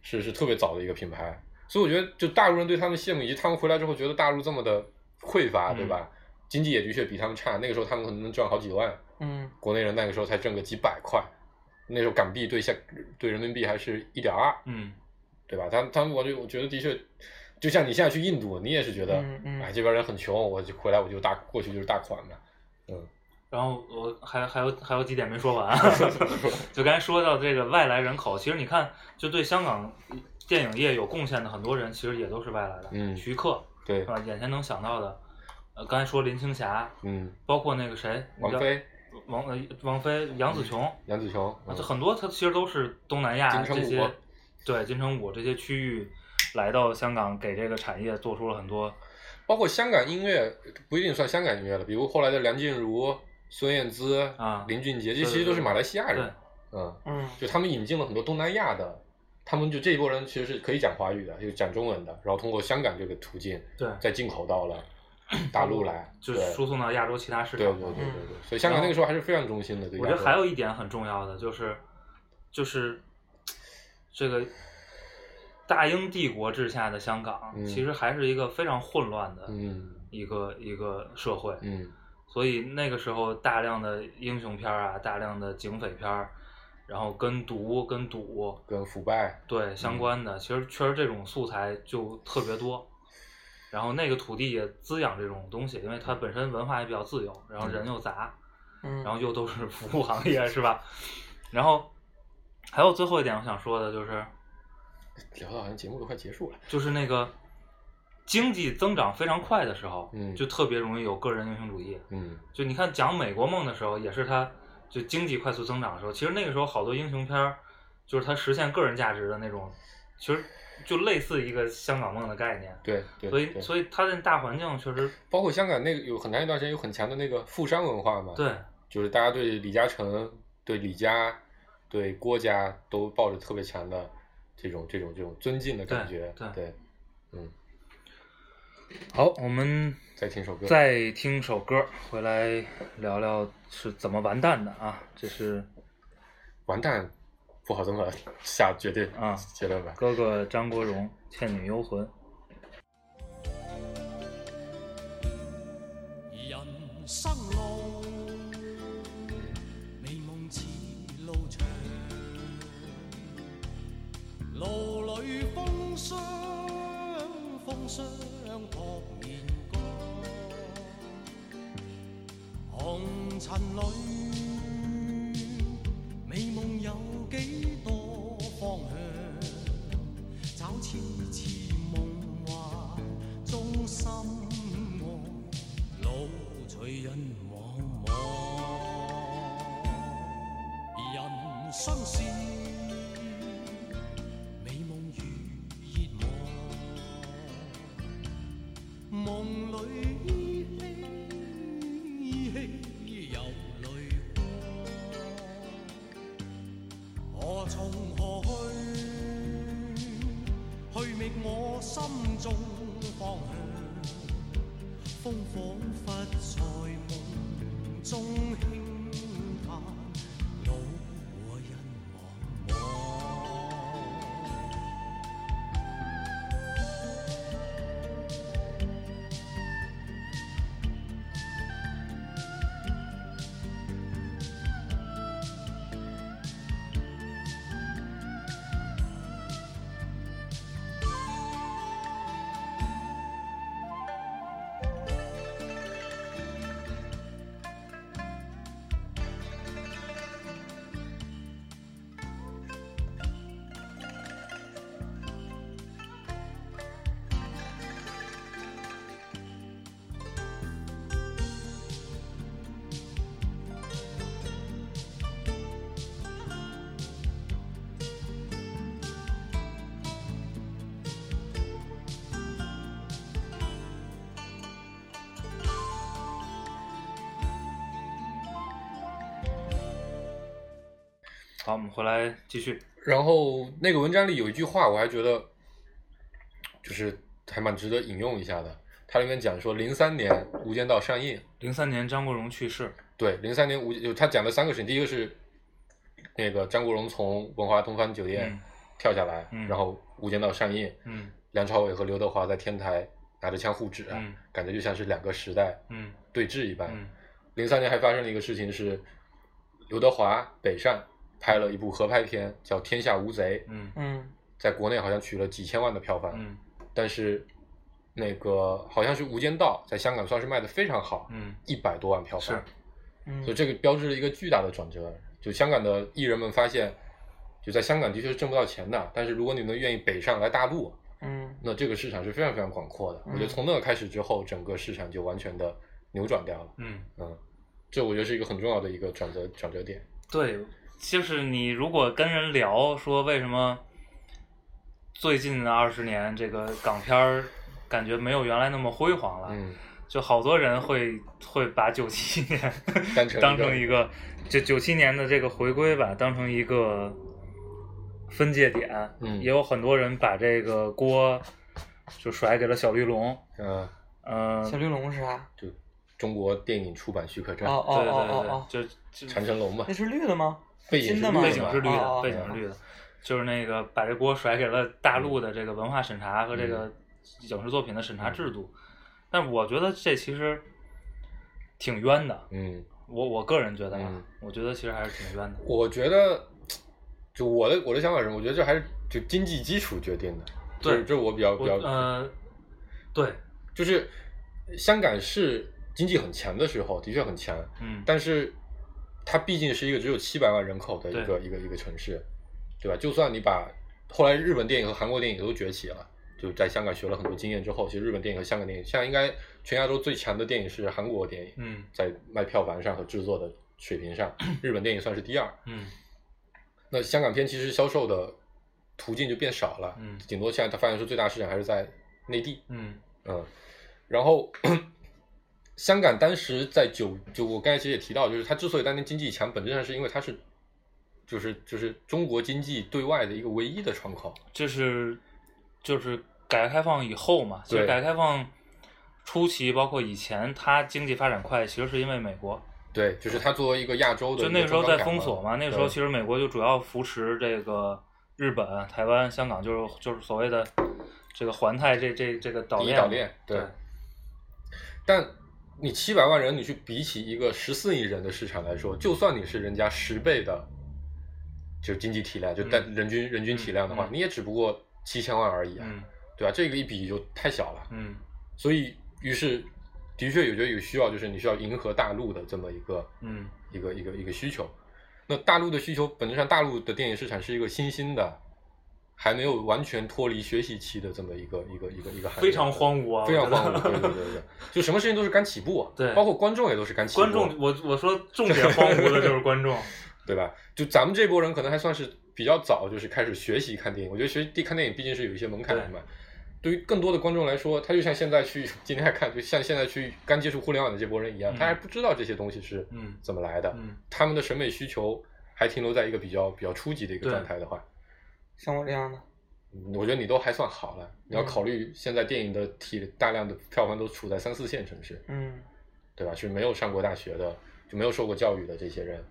Speaker 5: 是是特别早的一个品牌，所以我觉得就大陆人对他们羡慕，以及他们回来之后觉得大陆这么的匮乏，
Speaker 3: 嗯
Speaker 5: 对吧？经济也的确比他们差，那个时候他们可能能赚好几万，
Speaker 3: 嗯
Speaker 5: 国内人那个时候才挣个几百块，那时候港币对下对人民币还是一点二，
Speaker 4: 嗯，
Speaker 5: 对吧？他他们我就我觉得的确，就像你现在去印度，你也是觉得，
Speaker 3: 嗯嗯
Speaker 5: 哎，这边人很穷，我就回来我就大过去就是大款嘛，
Speaker 4: 然后我还还有还有几点没说 完，啊就刚才说到这个外来人口，其实你看，就对香港电影业有贡献的很多人，其实也都是外来的，
Speaker 5: 嗯
Speaker 4: 徐克
Speaker 5: 对
Speaker 4: 是，吧？眼前能想到的，呃，刚才说林青霞，
Speaker 5: 嗯，
Speaker 4: 包括那个谁，
Speaker 5: 王
Speaker 4: 你知道
Speaker 5: 菲、
Speaker 4: 王呃王菲、杨紫琼，
Speaker 5: 杨紫琼，
Speaker 4: 啊
Speaker 5: 嗯
Speaker 4: 这很多它其实都是东南亚
Speaker 5: 金城武
Speaker 4: 这些，对金城武这些区域来到香港，给这个产业做出了很多，
Speaker 5: 包括香港音乐不一定算香港音乐了，比如后来的梁静茹、孙燕姿、
Speaker 4: 啊
Speaker 5: 林俊杰，这
Speaker 4: 对对
Speaker 5: 其实都是马来西亚
Speaker 4: 对
Speaker 5: 人，嗯，
Speaker 3: 嗯
Speaker 5: 就他们引进了很多东南亚的，他们就这一波人其实是可以讲华语的，就讲中文的，然后通过香港这个途径
Speaker 4: 对，
Speaker 5: 再进口到了大陆来，
Speaker 4: 就
Speaker 5: 对
Speaker 4: 输送到亚洲其他市
Speaker 5: 对
Speaker 4: 场。
Speaker 5: 对对对对，所以香港那个时候还是非常中心的。对
Speaker 4: 我觉得还有一点很重要的就是，就是这个大英帝国之下的香港，
Speaker 5: 嗯
Speaker 4: 其实还是一个非常混乱的
Speaker 5: 嗯
Speaker 4: 一个、一个社会。
Speaker 5: 嗯
Speaker 4: 所以那个时候大量的英雄片儿啊，大量的警匪片儿，然后跟毒跟赌
Speaker 5: 跟腐败，
Speaker 4: 对相关的，其实确实这种素材就特别多。然后那个土地也滋养这种东西，因为它本身文化也比较自由，然后人又杂，
Speaker 3: 嗯，
Speaker 4: 然后又都是服务行业，是吧？然后还有最后一点我想说的就是，
Speaker 5: 聊到好像节目都快结束了。
Speaker 4: 就是那个经济增长非常快的时候，
Speaker 5: 嗯
Speaker 4: 就特别容易有个人英雄主义。
Speaker 5: 嗯
Speaker 4: 就你看讲美国梦的时候，也是他就经济快速增长的时候，其实那个时候好多英雄片儿，就是他实现个人价值的那种，其实就类似一个香港梦的概念。，
Speaker 5: 对对，
Speaker 4: 所以
Speaker 5: 对
Speaker 4: 所以他的大环境确实
Speaker 5: 包括香港那个有很长一段时间有很强的那个富商文化嘛，，
Speaker 4: 对
Speaker 5: 就是大家对李嘉诚、对李家、对郭家都抱着特别强的这种这种这种尊敬的感觉，
Speaker 4: 对
Speaker 5: 对，嗯，
Speaker 4: 好，我们
Speaker 5: 再听首歌，
Speaker 4: 再听首歌，回来聊聊是怎么完蛋的啊？这是
Speaker 5: 完蛋，不好这么下决定
Speaker 4: 啊
Speaker 5: 结论吧。
Speaker 4: 哥哥张国荣《倩女幽魂》。
Speaker 6: 人生路，美梦似路长，路里风霜，风霜扑面光，红尘里，美梦有几多方向，找次次梦幻，中心爱。路隨人茫茫。人生是美夢與熱望，夢裏依稀依稀有淚光，何從何去？去覓我心中方向。風彷彿在夢中輕嘆，路和人茫茫。
Speaker 4: 好，我们回来继续。
Speaker 5: 然后那个文章里有一句话，我还觉得就是还蛮值得引用一下的。它里面讲说，零三年《无间道》上映，
Speaker 4: 零三年张国荣去世，
Speaker 5: 对，零三年无就他讲的三个事情，第一个是那个张国荣从文华东方酒店
Speaker 4: 嗯
Speaker 5: 跳下来，
Speaker 4: 嗯
Speaker 5: 然后《无间道》上映，
Speaker 4: 嗯
Speaker 5: 梁朝伟和刘德华在天台拿着枪互指，
Speaker 4: 嗯
Speaker 5: 感觉就像是两个时代
Speaker 4: 嗯
Speaker 5: 对峙一般。
Speaker 4: 嗯
Speaker 5: 零三年还发生了一个事情是，刘德华北上拍了一部合拍片叫《天下无贼》，
Speaker 4: 嗯
Speaker 3: 嗯
Speaker 5: 在国内好像取了几千万的票房，
Speaker 4: 嗯
Speaker 5: 但是那个好像是《无间道》在香港算是卖的非常好，
Speaker 4: 嗯，
Speaker 5: 一百、多万票房
Speaker 4: 是，
Speaker 3: 嗯
Speaker 5: 所以这个标志了一个巨大的转折。就香港的艺人们发现，就在香港的确是挣不到钱的，但是如果你能愿意北上来大陆，
Speaker 3: 嗯
Speaker 5: 那这个市场是非常非常广阔的。
Speaker 3: 嗯
Speaker 5: 我觉得从那个开始之后，整个市场就完全的扭转掉了。
Speaker 4: 嗯，
Speaker 5: 嗯，这我觉得是一个很重要的一个转折转折点。
Speaker 4: 对，就是你如果跟人聊说为什么最近的二十年这个港片儿感觉没有原来那么辉煌了，
Speaker 5: 嗯，
Speaker 4: 就好多人会会把九七年
Speaker 5: 当成一个
Speaker 4: 当成一个，就九七年的这个回归吧，当成一个分界点。
Speaker 5: 嗯
Speaker 4: 也有很多人把这个锅就甩给了小绿龙。
Speaker 5: 呃，
Speaker 4: 嗯、
Speaker 3: 小绿龙是啥？
Speaker 5: 就中国电影出版许可证，
Speaker 3: 哦哦
Speaker 4: 对对
Speaker 3: 哦
Speaker 4: 对，
Speaker 3: 哦哦，
Speaker 4: 就就
Speaker 5: 长城龙嘛
Speaker 3: 那，是绿的吗？
Speaker 5: 背
Speaker 3: 金
Speaker 5: 景是
Speaker 3: 的
Speaker 5: 绿
Speaker 3: 吗？
Speaker 4: 背景是绿
Speaker 3: 哦
Speaker 4: 的，
Speaker 3: 哦
Speaker 4: 背景是绿的，就是那个把这锅甩给了大陆的这个文化审查和这个影视作品的审查制度。但我觉得这其实挺冤的，
Speaker 5: 嗯，
Speaker 4: 我我个人觉得呀
Speaker 5: 嗯，
Speaker 4: 我觉得其实还是挺冤的。
Speaker 5: 我觉得，就我的我的想法是什么，我觉得这还是就经济基础决定的。
Speaker 4: 对
Speaker 5: 这这我比较比
Speaker 4: 我
Speaker 5: 较，
Speaker 4: 呃，对，
Speaker 5: 就是香港是经济很强的时候，的确很强，
Speaker 4: 嗯，
Speaker 5: 但是它毕竟是一个只有七百万人口的一个一个一个城市，对吧？就算你把后来日本电影和韩国电影都崛起了，就在香港学了很多经验之后，其实日本电影和香港电影，现在应该全亚洲最强的电影是韩国电影，
Speaker 4: 嗯
Speaker 5: 在卖票房上和制作的水平上，日本电影算是第二。
Speaker 4: 嗯
Speaker 5: 那香港片其实销售的途径就变少了，
Speaker 4: 嗯
Speaker 5: 顶多现在它发现说最大市场还是在内地，
Speaker 4: 嗯
Speaker 5: 嗯，然后香港当时在九就我刚才其实也提到，就是它之所以当年经济强，本质上是因为它是就是就是中国经济对外的一个唯一的窗口，
Speaker 4: 这是就是改革开放以后嘛，其实
Speaker 5: 对
Speaker 4: 改革开放初期，包括以前，它经济发展快，其实是因为美国，
Speaker 5: 对，就是它作为一个亚洲的
Speaker 4: 就
Speaker 5: 一个
Speaker 4: 那时候
Speaker 5: 中
Speaker 4: 在
Speaker 5: 转港
Speaker 4: 封锁嘛，那个时候其实美国就主要扶持这个日本、台湾、香港，就是就是所谓的这个环太这这这个岛
Speaker 5: 第一
Speaker 4: 链嘛，
Speaker 5: 岛链，对
Speaker 4: 对，
Speaker 5: 但你七百万人，你去比起一个十四亿人的市场来说，就算你是人家十倍的，就经济体量，就单人均人均体量的话，
Speaker 4: 嗯嗯嗯
Speaker 5: 你也只不过七千万而已啊，
Speaker 4: 嗯
Speaker 5: 对吧、这个一比就太小了，
Speaker 4: 嗯
Speaker 5: 所以于是的确有觉得有需要，就是你需要迎合大陆的这么一个
Speaker 4: 嗯
Speaker 5: 一个一个一个需求。那大陆的需求，本质上大陆的电影市场是一个新兴的，还没有完全脱离学习期的这么一个一个一个一个行业，
Speaker 4: 非常荒芜啊，
Speaker 5: 非常
Speaker 4: 我觉
Speaker 5: 荒
Speaker 4: 得
Speaker 5: 芜，对对对对，就什么事情都是刚起步啊，
Speaker 4: 对
Speaker 5: 包括观众也都是刚起步， 啊
Speaker 4: 观众，我我说重点荒芜的就是观众，
Speaker 5: 对吧？就咱们这波人可能还算是比较早，就是开始学习看电影。我觉得学习看电影毕竟是有一些门槛的嘛。对于更多的观众来说，他就像现在去今天还看，就像现在去刚接触互联网的这波人一样，
Speaker 4: 嗯
Speaker 5: 他还不知道这些东西是
Speaker 4: 嗯
Speaker 5: 怎么来的，
Speaker 4: 嗯
Speaker 5: 他们的审美需求还停留在一个比较比较初级的一个
Speaker 4: 对
Speaker 5: 状态的话，
Speaker 3: 像我这样的，
Speaker 5: 嗯我觉得你都还算好了。你要
Speaker 3: 嗯
Speaker 5: 考虑现在电影的体大量的票房都处在三四线城市，
Speaker 3: 嗯，
Speaker 5: 对吧？是没有上过大学的，就没有受过教育的这些人，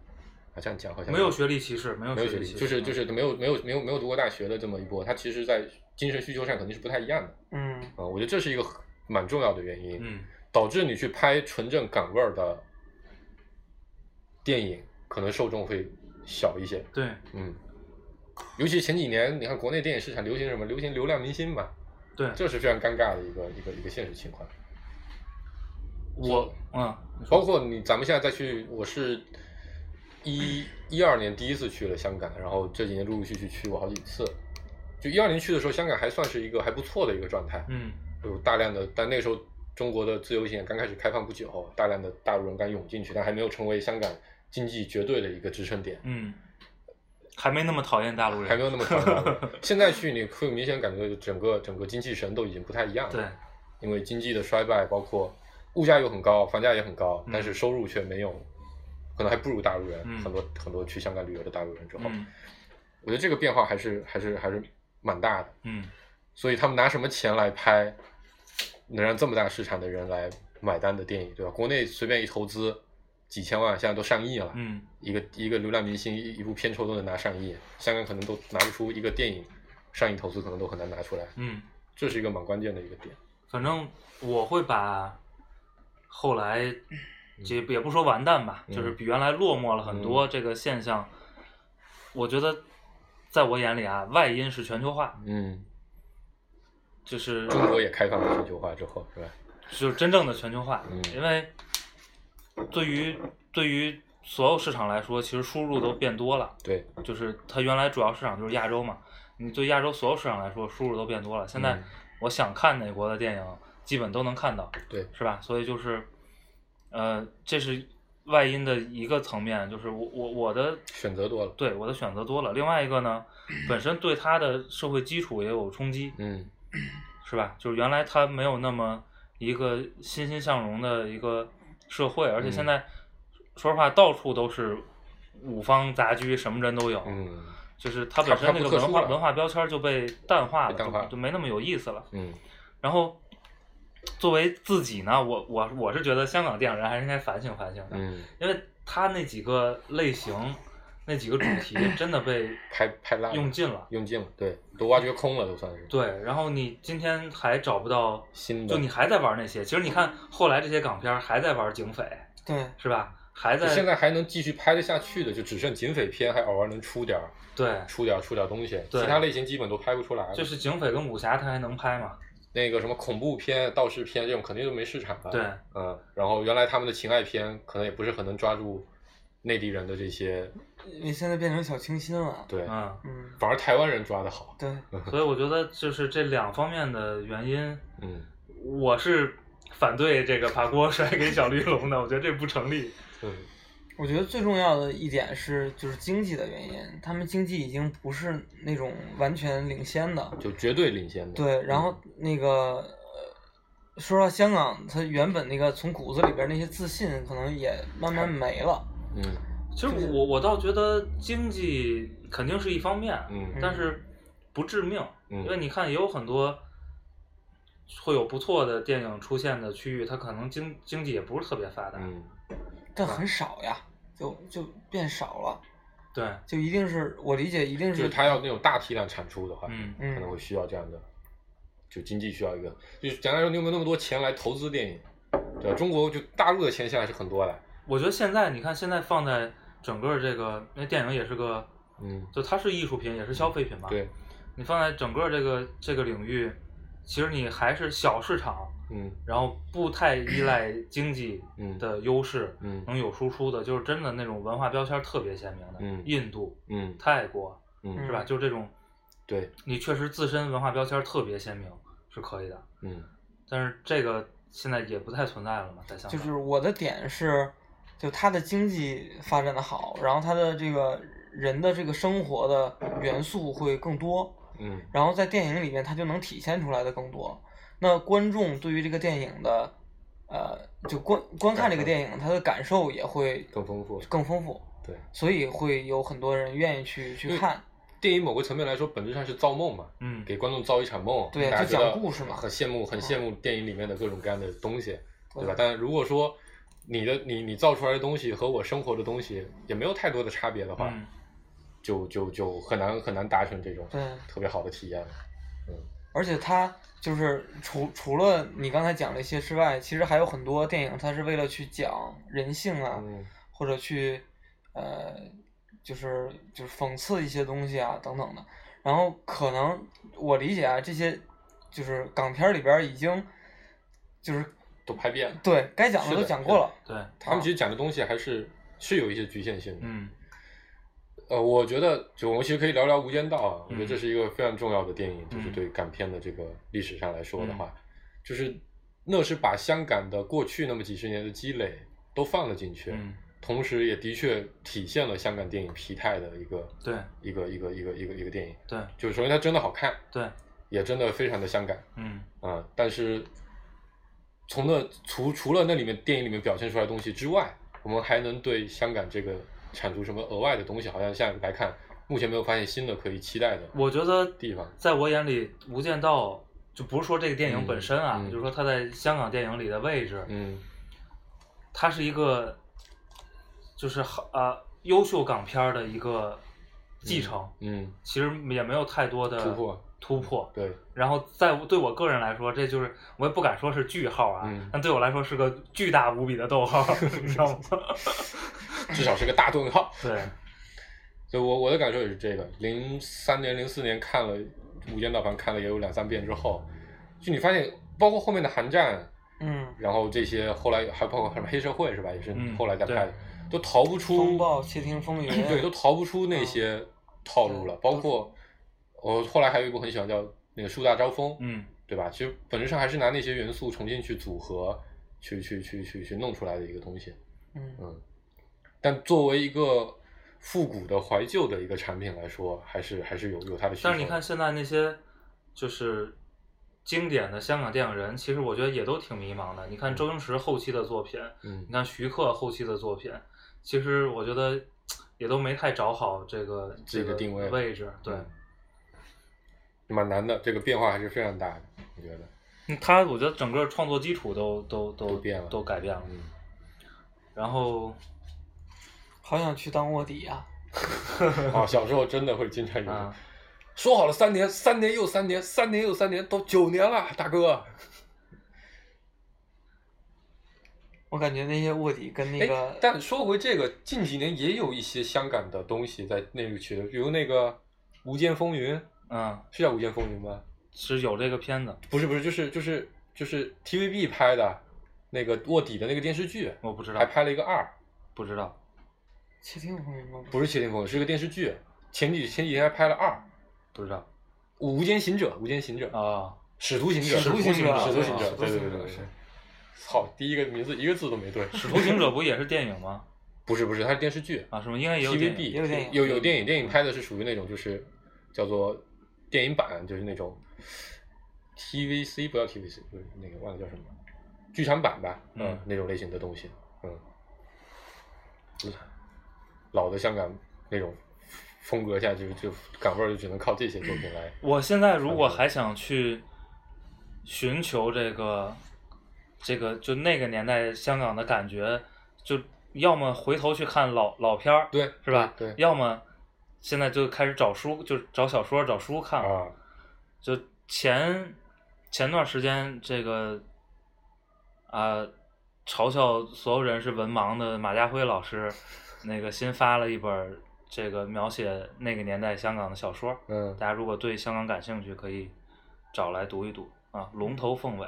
Speaker 5: 好像讲好像
Speaker 4: 没有学历歧视，没有
Speaker 5: 没有
Speaker 4: 学
Speaker 5: 学
Speaker 4: 历
Speaker 5: 历，
Speaker 4: 歧视，嗯
Speaker 5: 就是就是没有没有没有没有读过大学的这么一波，他其实在精神需求上肯定是不太一样的
Speaker 3: 嗯，
Speaker 5: 啊、我觉得这是一个很蛮重要的原因，
Speaker 4: 嗯
Speaker 5: 导致你去拍纯正港味儿的电影，可能受众会小一些，
Speaker 4: 对，
Speaker 5: 嗯。尤其前几年，你看国内电影市场流行什么？流行流量明星嘛，
Speaker 4: 对
Speaker 5: 这是非常尴尬的一个一个一个现实情况。
Speaker 4: 我嗯
Speaker 5: 包括你，咱们现在再去，我是一一二年第一次去了香港，然后这几年陆陆续续去过好几次。就一二年去的时候，香港还算是一个还不错的一个状态，
Speaker 4: 嗯
Speaker 5: 有大量的，但那个时候中国的自由行也刚开始开放不久，大量的大陆人刚涌进去，但还没有成为香港经济绝对的一个支撑点，
Speaker 4: 嗯，还没那么讨厌大陆人，
Speaker 5: 还没有那么强大的。现在去你会明显感觉整个整个经济神都已经不太一样了，
Speaker 4: 对，
Speaker 5: 因为经济的衰败，包括物价又很高，房价也很高，
Speaker 4: 嗯
Speaker 5: 但是收入却没有，可能还不如大陆人，
Speaker 4: 嗯
Speaker 5: 很多很多去香港旅游的大陆人之后，
Speaker 4: 嗯
Speaker 5: 我觉得这个变化还是还是还是蛮大的。
Speaker 4: 嗯
Speaker 5: 所以他们拿什么钱来拍，能让这么大市场的人来买单的电影，对吧？国内随便一投资几千万，现在都上亿了，
Speaker 4: 嗯
Speaker 5: 一个一个流量明星一一部片酬都能拿上亿，香港可能都拿不出一个电影上亿投资，可能都很难拿出来，
Speaker 4: 嗯，
Speaker 5: 这是一个蛮关键的一个点。
Speaker 4: 反正我会把后来这也不说完蛋吧，
Speaker 5: 嗯
Speaker 4: 就是比原来落寞了很多这个现象，我觉得在我眼里啊，外因是全球化，
Speaker 5: 嗯。
Speaker 4: 就是
Speaker 5: 中国也开放了全球化之后，是吧？
Speaker 4: 就是真正的全球化，
Speaker 5: 嗯
Speaker 4: 因为对于对于所有市场来说，其实输入都变多了，
Speaker 5: 对，
Speaker 4: 就是它原来主要市场就是亚洲嘛，你对亚洲所有市场来说输入都变多了，现在
Speaker 5: 嗯
Speaker 4: 我想看哪国的电影，基本都能看到，
Speaker 5: 对
Speaker 4: 是吧？所以就是，呃，这是外因的一个层面，就是我我我的
Speaker 5: 选择多了。
Speaker 4: 对我的选择多了，另外一个呢，本身对它的社会基础也有冲击，
Speaker 5: 嗯
Speaker 4: 是吧？就是原来它没有那么一个欣欣向荣的一个社会，而且
Speaker 5: 嗯
Speaker 4: 现在、说实话，到处都是五方杂居，什么人都有，
Speaker 5: 嗯
Speaker 4: 就是它本身
Speaker 5: 它它
Speaker 4: 那
Speaker 5: 不
Speaker 4: 个
Speaker 5: 特殊
Speaker 4: 文化
Speaker 5: 了
Speaker 4: 文化标签就被淡化了，
Speaker 5: 被淡化
Speaker 4: 就就没那么有意思了。
Speaker 5: 嗯，
Speaker 4: 然后作为自己呢，我我我是觉得香港电影人还是应该反省反省的，
Speaker 5: 嗯，
Speaker 4: 因为他那几个类型、那几个主 题真的被
Speaker 5: 拍拍烂了
Speaker 4: 用尽了。
Speaker 5: 用尽了，对，都挖掘空了，都算是。，
Speaker 4: 对，然后你今天还找不到
Speaker 5: 新的
Speaker 4: 就你还在玩那些，其实你看后来这些港片儿还在玩警匪，
Speaker 3: 对，
Speaker 4: 是吧？还
Speaker 5: 就
Speaker 4: 在
Speaker 5: 现在还能继续拍得下去的，就只剩警匪片还偶尔能出点儿
Speaker 4: 对，
Speaker 5: 出点儿出点儿东西，
Speaker 4: 对
Speaker 5: 其他类型基本都拍不出来了。
Speaker 4: 就是警匪跟武侠，它还能拍嘛？
Speaker 5: 那个什么恐怖片、道士片这种肯定就没市场了。
Speaker 4: 对，
Speaker 5: 嗯，然后原来他们的情爱片可能也不是很能抓住内地人的这些，
Speaker 3: 你现在变成小清新了。
Speaker 5: 对，
Speaker 4: 嗯，
Speaker 3: 嗯，
Speaker 5: 反而台湾人抓的好，
Speaker 3: 对，
Speaker 4: 所以我觉得就是这两方面的原因，
Speaker 5: 嗯，
Speaker 4: 我是反对这个把锅甩给小绿龙的，我觉得这不成立。
Speaker 5: 对，
Speaker 3: 我觉得最重要的一点是，就是经济的原因，他们经济已经不是那种完全领先的。
Speaker 5: 就绝对领先的，
Speaker 3: 对，然后那个呃说到香港，它原本那个从骨子里边那些自信，可能也慢慢没了。
Speaker 5: 嗯
Speaker 4: 其实我我倒觉得经济肯定是一方面，
Speaker 5: 嗯
Speaker 4: 但是不致命，
Speaker 5: 嗯
Speaker 4: 因为你看也有很多会有不错的电影出现的区域，它可能经经济也不是特别发达，
Speaker 5: 嗯
Speaker 3: 但很少呀，就就变少了，
Speaker 4: 对，
Speaker 3: 就一定是我理解，一定
Speaker 5: 嗯，就是是他要那种大体量产出的话，
Speaker 4: 嗯
Speaker 5: 可能
Speaker 3: 嗯
Speaker 5: 会需要这样的，就经济需要一个，就是简单来说，你有没有那么多钱来投资电影？对吧？中国就大陆的钱现在是很多的，
Speaker 4: 我觉得现在你看现在放在整个这个那电影也是个，
Speaker 5: 嗯，
Speaker 4: 就它是艺术品也是消费品
Speaker 3: 啊
Speaker 4: 嘛，
Speaker 5: 对，
Speaker 4: 你放在整个这个这个领域，其实你还是小市场，
Speaker 5: 嗯
Speaker 4: 然后不太 依赖经济
Speaker 5: 嗯
Speaker 4: 的优势，
Speaker 5: 嗯
Speaker 4: 能有输出的，就是真的那种文化标签特别鲜明的，
Speaker 5: 嗯
Speaker 4: 印度、
Speaker 5: 嗯
Speaker 4: 泰国
Speaker 5: 嗯
Speaker 4: 是吧？就是这种，
Speaker 5: 对，
Speaker 4: 你确实自身文化标签特别鲜明是可以的，
Speaker 5: 嗯
Speaker 4: 但是这个现在也不太存在了嘛，在香
Speaker 3: 就
Speaker 4: 港，
Speaker 3: 是我的点是，就他的经济发展的好，然后他的这个人的这个生活的元素会更多，
Speaker 5: 嗯
Speaker 3: 然后在电影里面它就能体现出来的更多。那观众对于这个电影的，呃，就观观看这个电影，他的感受也会
Speaker 5: 更丰富，
Speaker 3: 更丰富，
Speaker 5: 对。
Speaker 3: 所以会有很多人愿意去去看。
Speaker 5: 电影某个层面来说，本质上是造梦嘛，
Speaker 4: 嗯，
Speaker 5: 给观众造一场梦，
Speaker 3: 对
Speaker 5: 大家
Speaker 3: 就
Speaker 5: 觉得
Speaker 3: 讲故事嘛
Speaker 5: 很羡慕，很羡慕电影里面的各种各样的东西，对
Speaker 3: 对？
Speaker 5: 吧但如果说你的你你造出来的东西和我生活的东西也没有太多的差别的话，
Speaker 4: 嗯，
Speaker 5: 就就就很难很难达成这种
Speaker 3: 对
Speaker 5: 特别好的体验了。
Speaker 3: 而且它就是除除了你刚才讲这些之外，其实还有很多电影，它是为了去讲人性啊，
Speaker 5: 嗯
Speaker 3: 或者去呃，就是就是讽刺一些东西啊等等的。然后可能我理解啊，这些就是港片儿里边儿已经就是
Speaker 5: 都拍遍了，
Speaker 3: 对该讲
Speaker 5: 是
Speaker 3: 的
Speaker 5: 的
Speaker 3: 都讲过了，
Speaker 4: 对，
Speaker 5: 他们其实讲的东西还是是有一些局限性的。
Speaker 4: 嗯
Speaker 5: 呃，我觉得就我们其实可以聊聊《无间道》啊，我觉得
Speaker 4: 嗯
Speaker 5: 这是一个非常重要的电影，就是
Speaker 4: 嗯
Speaker 5: 对港片的这个历史上来说的话，就是那是把香港的过去那么几十年的积累都放了进去，
Speaker 4: 嗯，
Speaker 5: 同时也的确体现了香港电影疲态的一个
Speaker 4: 对
Speaker 5: 一个一个一个一个一个电影。
Speaker 4: 对
Speaker 5: 就是首先它真的好看，
Speaker 4: 对，
Speaker 5: 也真的非常的香港
Speaker 4: 嗯
Speaker 5: 啊、但是从那除除了那里面电影里面表现出来的东西之外，我们还能对香港这个产出什么额外的东西？好像现在来看，目前没有发现新的可以期待的
Speaker 4: 我觉得
Speaker 5: 地方。
Speaker 4: 在我眼里，《无间道》就不是说这个电影本身啊，
Speaker 5: 嗯嗯
Speaker 4: 就是说它在香港电影里的位置，
Speaker 5: 嗯
Speaker 4: 它是一个就是好呃优秀港片儿的一个继承，
Speaker 5: 嗯，
Speaker 4: 其实也没有太多的
Speaker 5: 突破
Speaker 4: 突破。
Speaker 5: 对，
Speaker 4: 然后在我对我个人来说，这就是我也不敢说是句号啊，
Speaker 5: 嗯
Speaker 4: 但对我来说是个巨大无比的逗号，你知道吗？
Speaker 5: 至少是个大顿号。
Speaker 4: 对，
Speaker 5: 所以我我的感受也是这个。零三年、零四年看了《无间道》，反正看了也有两三遍之后，就你发现，包括后面的《寒战》，
Speaker 3: 嗯，
Speaker 5: 然后这些后来还包括什么黑社会是吧？也是
Speaker 4: 嗯
Speaker 5: 后来再
Speaker 4: 对
Speaker 5: 拍的，都逃不
Speaker 3: 风
Speaker 5: 出嗯
Speaker 3: 暴、窃听风云，
Speaker 4: 哎
Speaker 5: 对，都逃不出
Speaker 4: 嗯
Speaker 5: 那些套路了。
Speaker 3: 嗯
Speaker 5: 包括我后来还有一部很喜欢叫那个《树大招风》，
Speaker 4: 嗯
Speaker 5: 对吧？其实本质上还是拿那些元素重新去组合，去去去去去弄出来的一个东西。
Speaker 3: 嗯，
Speaker 5: 嗯，但作为一个复古的怀旧的一个产品来说，还是还是有有它的需求
Speaker 4: 但
Speaker 5: 的。
Speaker 4: 是你看现在那些就是经典的香港电影人，其实我觉得也都挺迷茫的。你看周星驰后期的作品，
Speaker 5: 嗯
Speaker 4: 你，看徐克后期的作品，其实我觉得也都没太找好这个
Speaker 5: 自己的
Speaker 4: 这个
Speaker 5: 定位嗯
Speaker 4: 位置。对，
Speaker 5: 蛮难的，这个变化还是非常大的，我觉得。
Speaker 4: 嗯他我觉得整个创作基础都都都
Speaker 5: 都变了
Speaker 4: 都改变了。
Speaker 5: 嗯，
Speaker 4: 然后
Speaker 3: 好想去当卧底啊！
Speaker 5: 啊，小时候真的会经常有。
Speaker 4: 啊，
Speaker 5: 说好了三年，三年又三年，三年又三年，都九年了，大哥。
Speaker 3: 我感觉那些卧底跟那
Speaker 5: 哎
Speaker 3: 个，
Speaker 5: 但说回这个，近几年也有一些香港的东西在内陆区的，比如那个《无间风云》，
Speaker 4: 嗯，
Speaker 5: 是叫《无间风云》吗？
Speaker 4: 是有这个片子，
Speaker 5: 不是，不是，就是就是就是 TVB 拍的那个卧底的那个电视剧，
Speaker 4: 我不知道
Speaker 5: 还，拍了一个二，
Speaker 4: 不知道，
Speaker 3: 窃听风云吗？
Speaker 5: 不是《窃听风云》，是个电视剧，前几前几天还拍了二，
Speaker 4: 不知道
Speaker 5: 《无间行者》，《无间行者》
Speaker 4: 啊，
Speaker 5: 使徒行者，
Speaker 3: 使徒行者
Speaker 5: 使徒行者，
Speaker 3: 对
Speaker 5: 对
Speaker 3: 使徒行者
Speaker 5: 对对对对
Speaker 3: 是。
Speaker 5: 操，第一个名字一个字都没对，
Speaker 4: 《使徒行者》不也是电影吗？
Speaker 5: 不是不是，它是电视剧
Speaker 4: 啊，什么应该也有电影
Speaker 3: 也有电
Speaker 5: ，TVB
Speaker 3: 影
Speaker 5: 有有电影，电影拍的是属于那种就是叫做电影版，就是那种 TVC 不要 TVC，不是那个忘了叫什么，剧场版吧，
Speaker 4: 嗯
Speaker 5: 那种类型的东西，嗯，老的香港那种风格下就就港味儿就只能靠这些作品来。
Speaker 4: 我现在如果还想去寻求这个这个就那个年代香港的感觉，就要么回头去看老老片儿，
Speaker 5: 对
Speaker 4: 是吧？
Speaker 5: 对
Speaker 4: 要么现在就开始找书，就找小说、找书看了。
Speaker 5: 啊，
Speaker 4: 就前前段时间这个啊、嘲笑所有人是文盲的马家辉老师，那个新发了一本儿这个描写那个年代香港的小说。
Speaker 5: 嗯，
Speaker 4: 大家如果对香港感兴趣，可以找来读一读啊，《龙头凤尾》，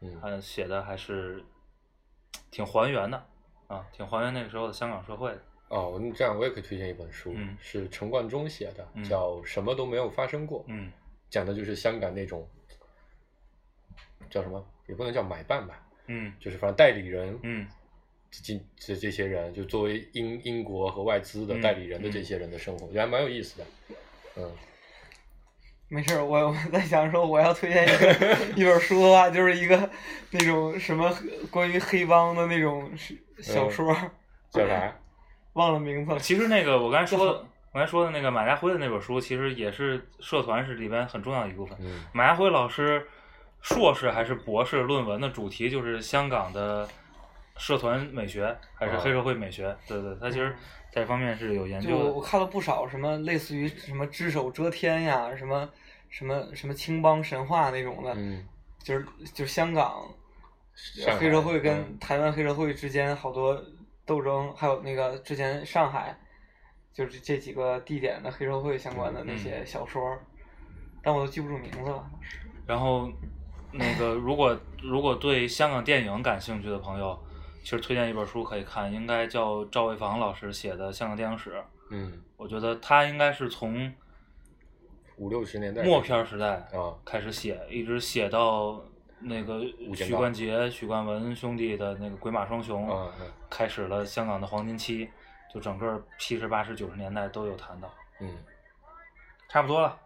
Speaker 5: 嗯
Speaker 4: 他写的还是挺还原的啊，挺还原那个时候的香港社会的。
Speaker 5: 哦，那这样我也可以推荐一本书，
Speaker 4: 嗯
Speaker 5: 是陈冠中写的，
Speaker 4: 嗯
Speaker 5: 叫《什么都没有发生过》，
Speaker 4: 嗯
Speaker 5: 讲的就是香港那种叫什么，也不能叫买办吧，
Speaker 4: 嗯
Speaker 5: 就是反正代理人，
Speaker 4: 嗯
Speaker 5: 这这这些人，就作为英英国和外资的代理人的
Speaker 4: 嗯
Speaker 5: 这些人的生活，我觉得还蛮有意思的。嗯，
Speaker 3: 没事儿，我我在想说我要推荐一个 一本书的话，就是一个那种什么关于黑帮的那种是
Speaker 5: 嗯
Speaker 3: 小说，
Speaker 5: 叫啥？
Speaker 3: 忘了名字了。
Speaker 4: 其实那个我刚才说，我刚才说的那个马家辉的那本书，其实也是社团是里边很重要的一部分。
Speaker 5: 嗯
Speaker 4: 马家辉老师硕士还是博士论文的主题就是香港的社团美学还
Speaker 3: 哦
Speaker 4: 是黑社会美学？对对，他其实在这方面是有研
Speaker 3: 嗯就我
Speaker 4: 究
Speaker 3: 我
Speaker 4: 的。
Speaker 3: 看了不少什么类似于什么只手遮天呀，什么什么什么青帮神话那种
Speaker 4: 啊
Speaker 3: 的，
Speaker 5: 嗯，
Speaker 3: 就是就是香港
Speaker 5: 上海
Speaker 3: 黑社会跟
Speaker 5: 嗯
Speaker 3: 台湾黑社会之间好多斗争，还有那个之前上海，就是这几个地点的黑社会相关的
Speaker 5: 嗯
Speaker 3: 那些小说，但我都记不住名字了。
Speaker 4: 然后那个如果 如果对香港电影感兴趣的朋友，其实推荐一本书可以看，应该叫赵卫房老师写的《香港电影史》。
Speaker 5: 嗯
Speaker 4: 我觉得他应该是从
Speaker 5: 五六十年代
Speaker 4: 默片儿时代
Speaker 5: 啊，
Speaker 4: 开始写，一直写到那个
Speaker 5: 无间
Speaker 4: 许
Speaker 5: 道
Speaker 4: 冠杰、许冠文兄弟的那个《鬼马双雄》
Speaker 5: 啊啊
Speaker 4: 开始了香港的黄金期，就整个七十八十九十年代都有谈到，
Speaker 5: 嗯。
Speaker 4: 差不多了。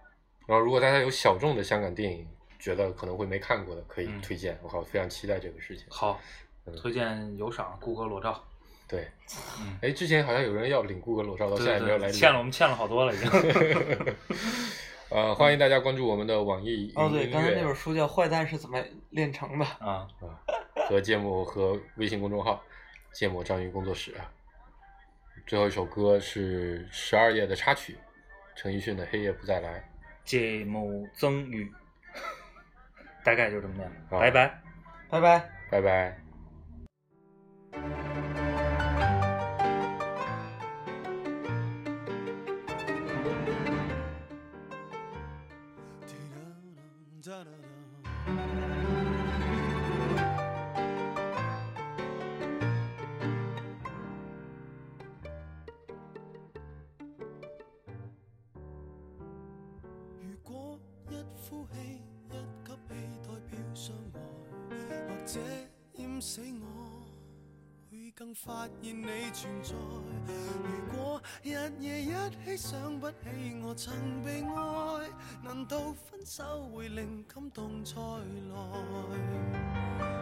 Speaker 5: 然后，如果大家有小众的香港电影，觉得可能会没看过的，可以
Speaker 4: 嗯
Speaker 5: 推荐。我靠，非常期待这个事情。
Speaker 4: 好
Speaker 5: 嗯，
Speaker 4: 推荐有赏顾哥裸照，
Speaker 5: 对，
Speaker 4: 嗯，
Speaker 5: 哎，之前好像有人要领顾客裸照，到
Speaker 4: 对
Speaker 5: 现在也没有
Speaker 4: 对
Speaker 5: 来
Speaker 4: 对，
Speaker 5: 领。
Speaker 4: 欠了我们欠了好多了已经。
Speaker 5: 呃，欢迎大家关注我们的网易云
Speaker 3: 哦，对，
Speaker 5: 音
Speaker 3: 刚才那
Speaker 5: 乐
Speaker 3: 本书叫《坏蛋是怎么炼成的》，
Speaker 4: 啊，
Speaker 5: 和芥末和微信公众号“芥末章鱼工作室”。啊最后一首歌是十二夜的插曲，陈奕迅的《黑夜不再来
Speaker 4: 芥某增语，大概就这么念，
Speaker 5: 好
Speaker 4: 拜拜。
Speaker 3: 拜拜。》，
Speaker 5: 拜拜。
Speaker 6: 如果一呼氣、一吸氣代表相愛，或者淹死我，會更發現你存在。如果日夜一起想不起我曾被愛，難道分手會令感動再來？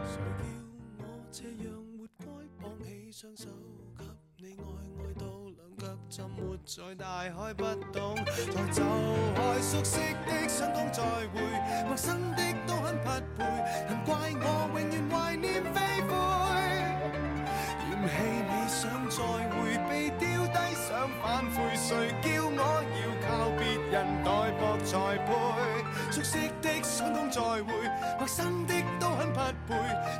Speaker 6: 谁叫我这样活该？绑起双手给你爱，爱到两脚浸没在大海不懂。才走开，熟悉的想讲再会，陌生的都很匹配，难怪我永远怀念非悔。嫌棄你想再回避，掉低想反悔，誰叫我要靠別人代薄才配？熟悉的想講再會，陌生的都很匹配，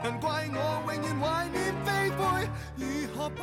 Speaker 6: 難怪我永遠懷念非悔。如何不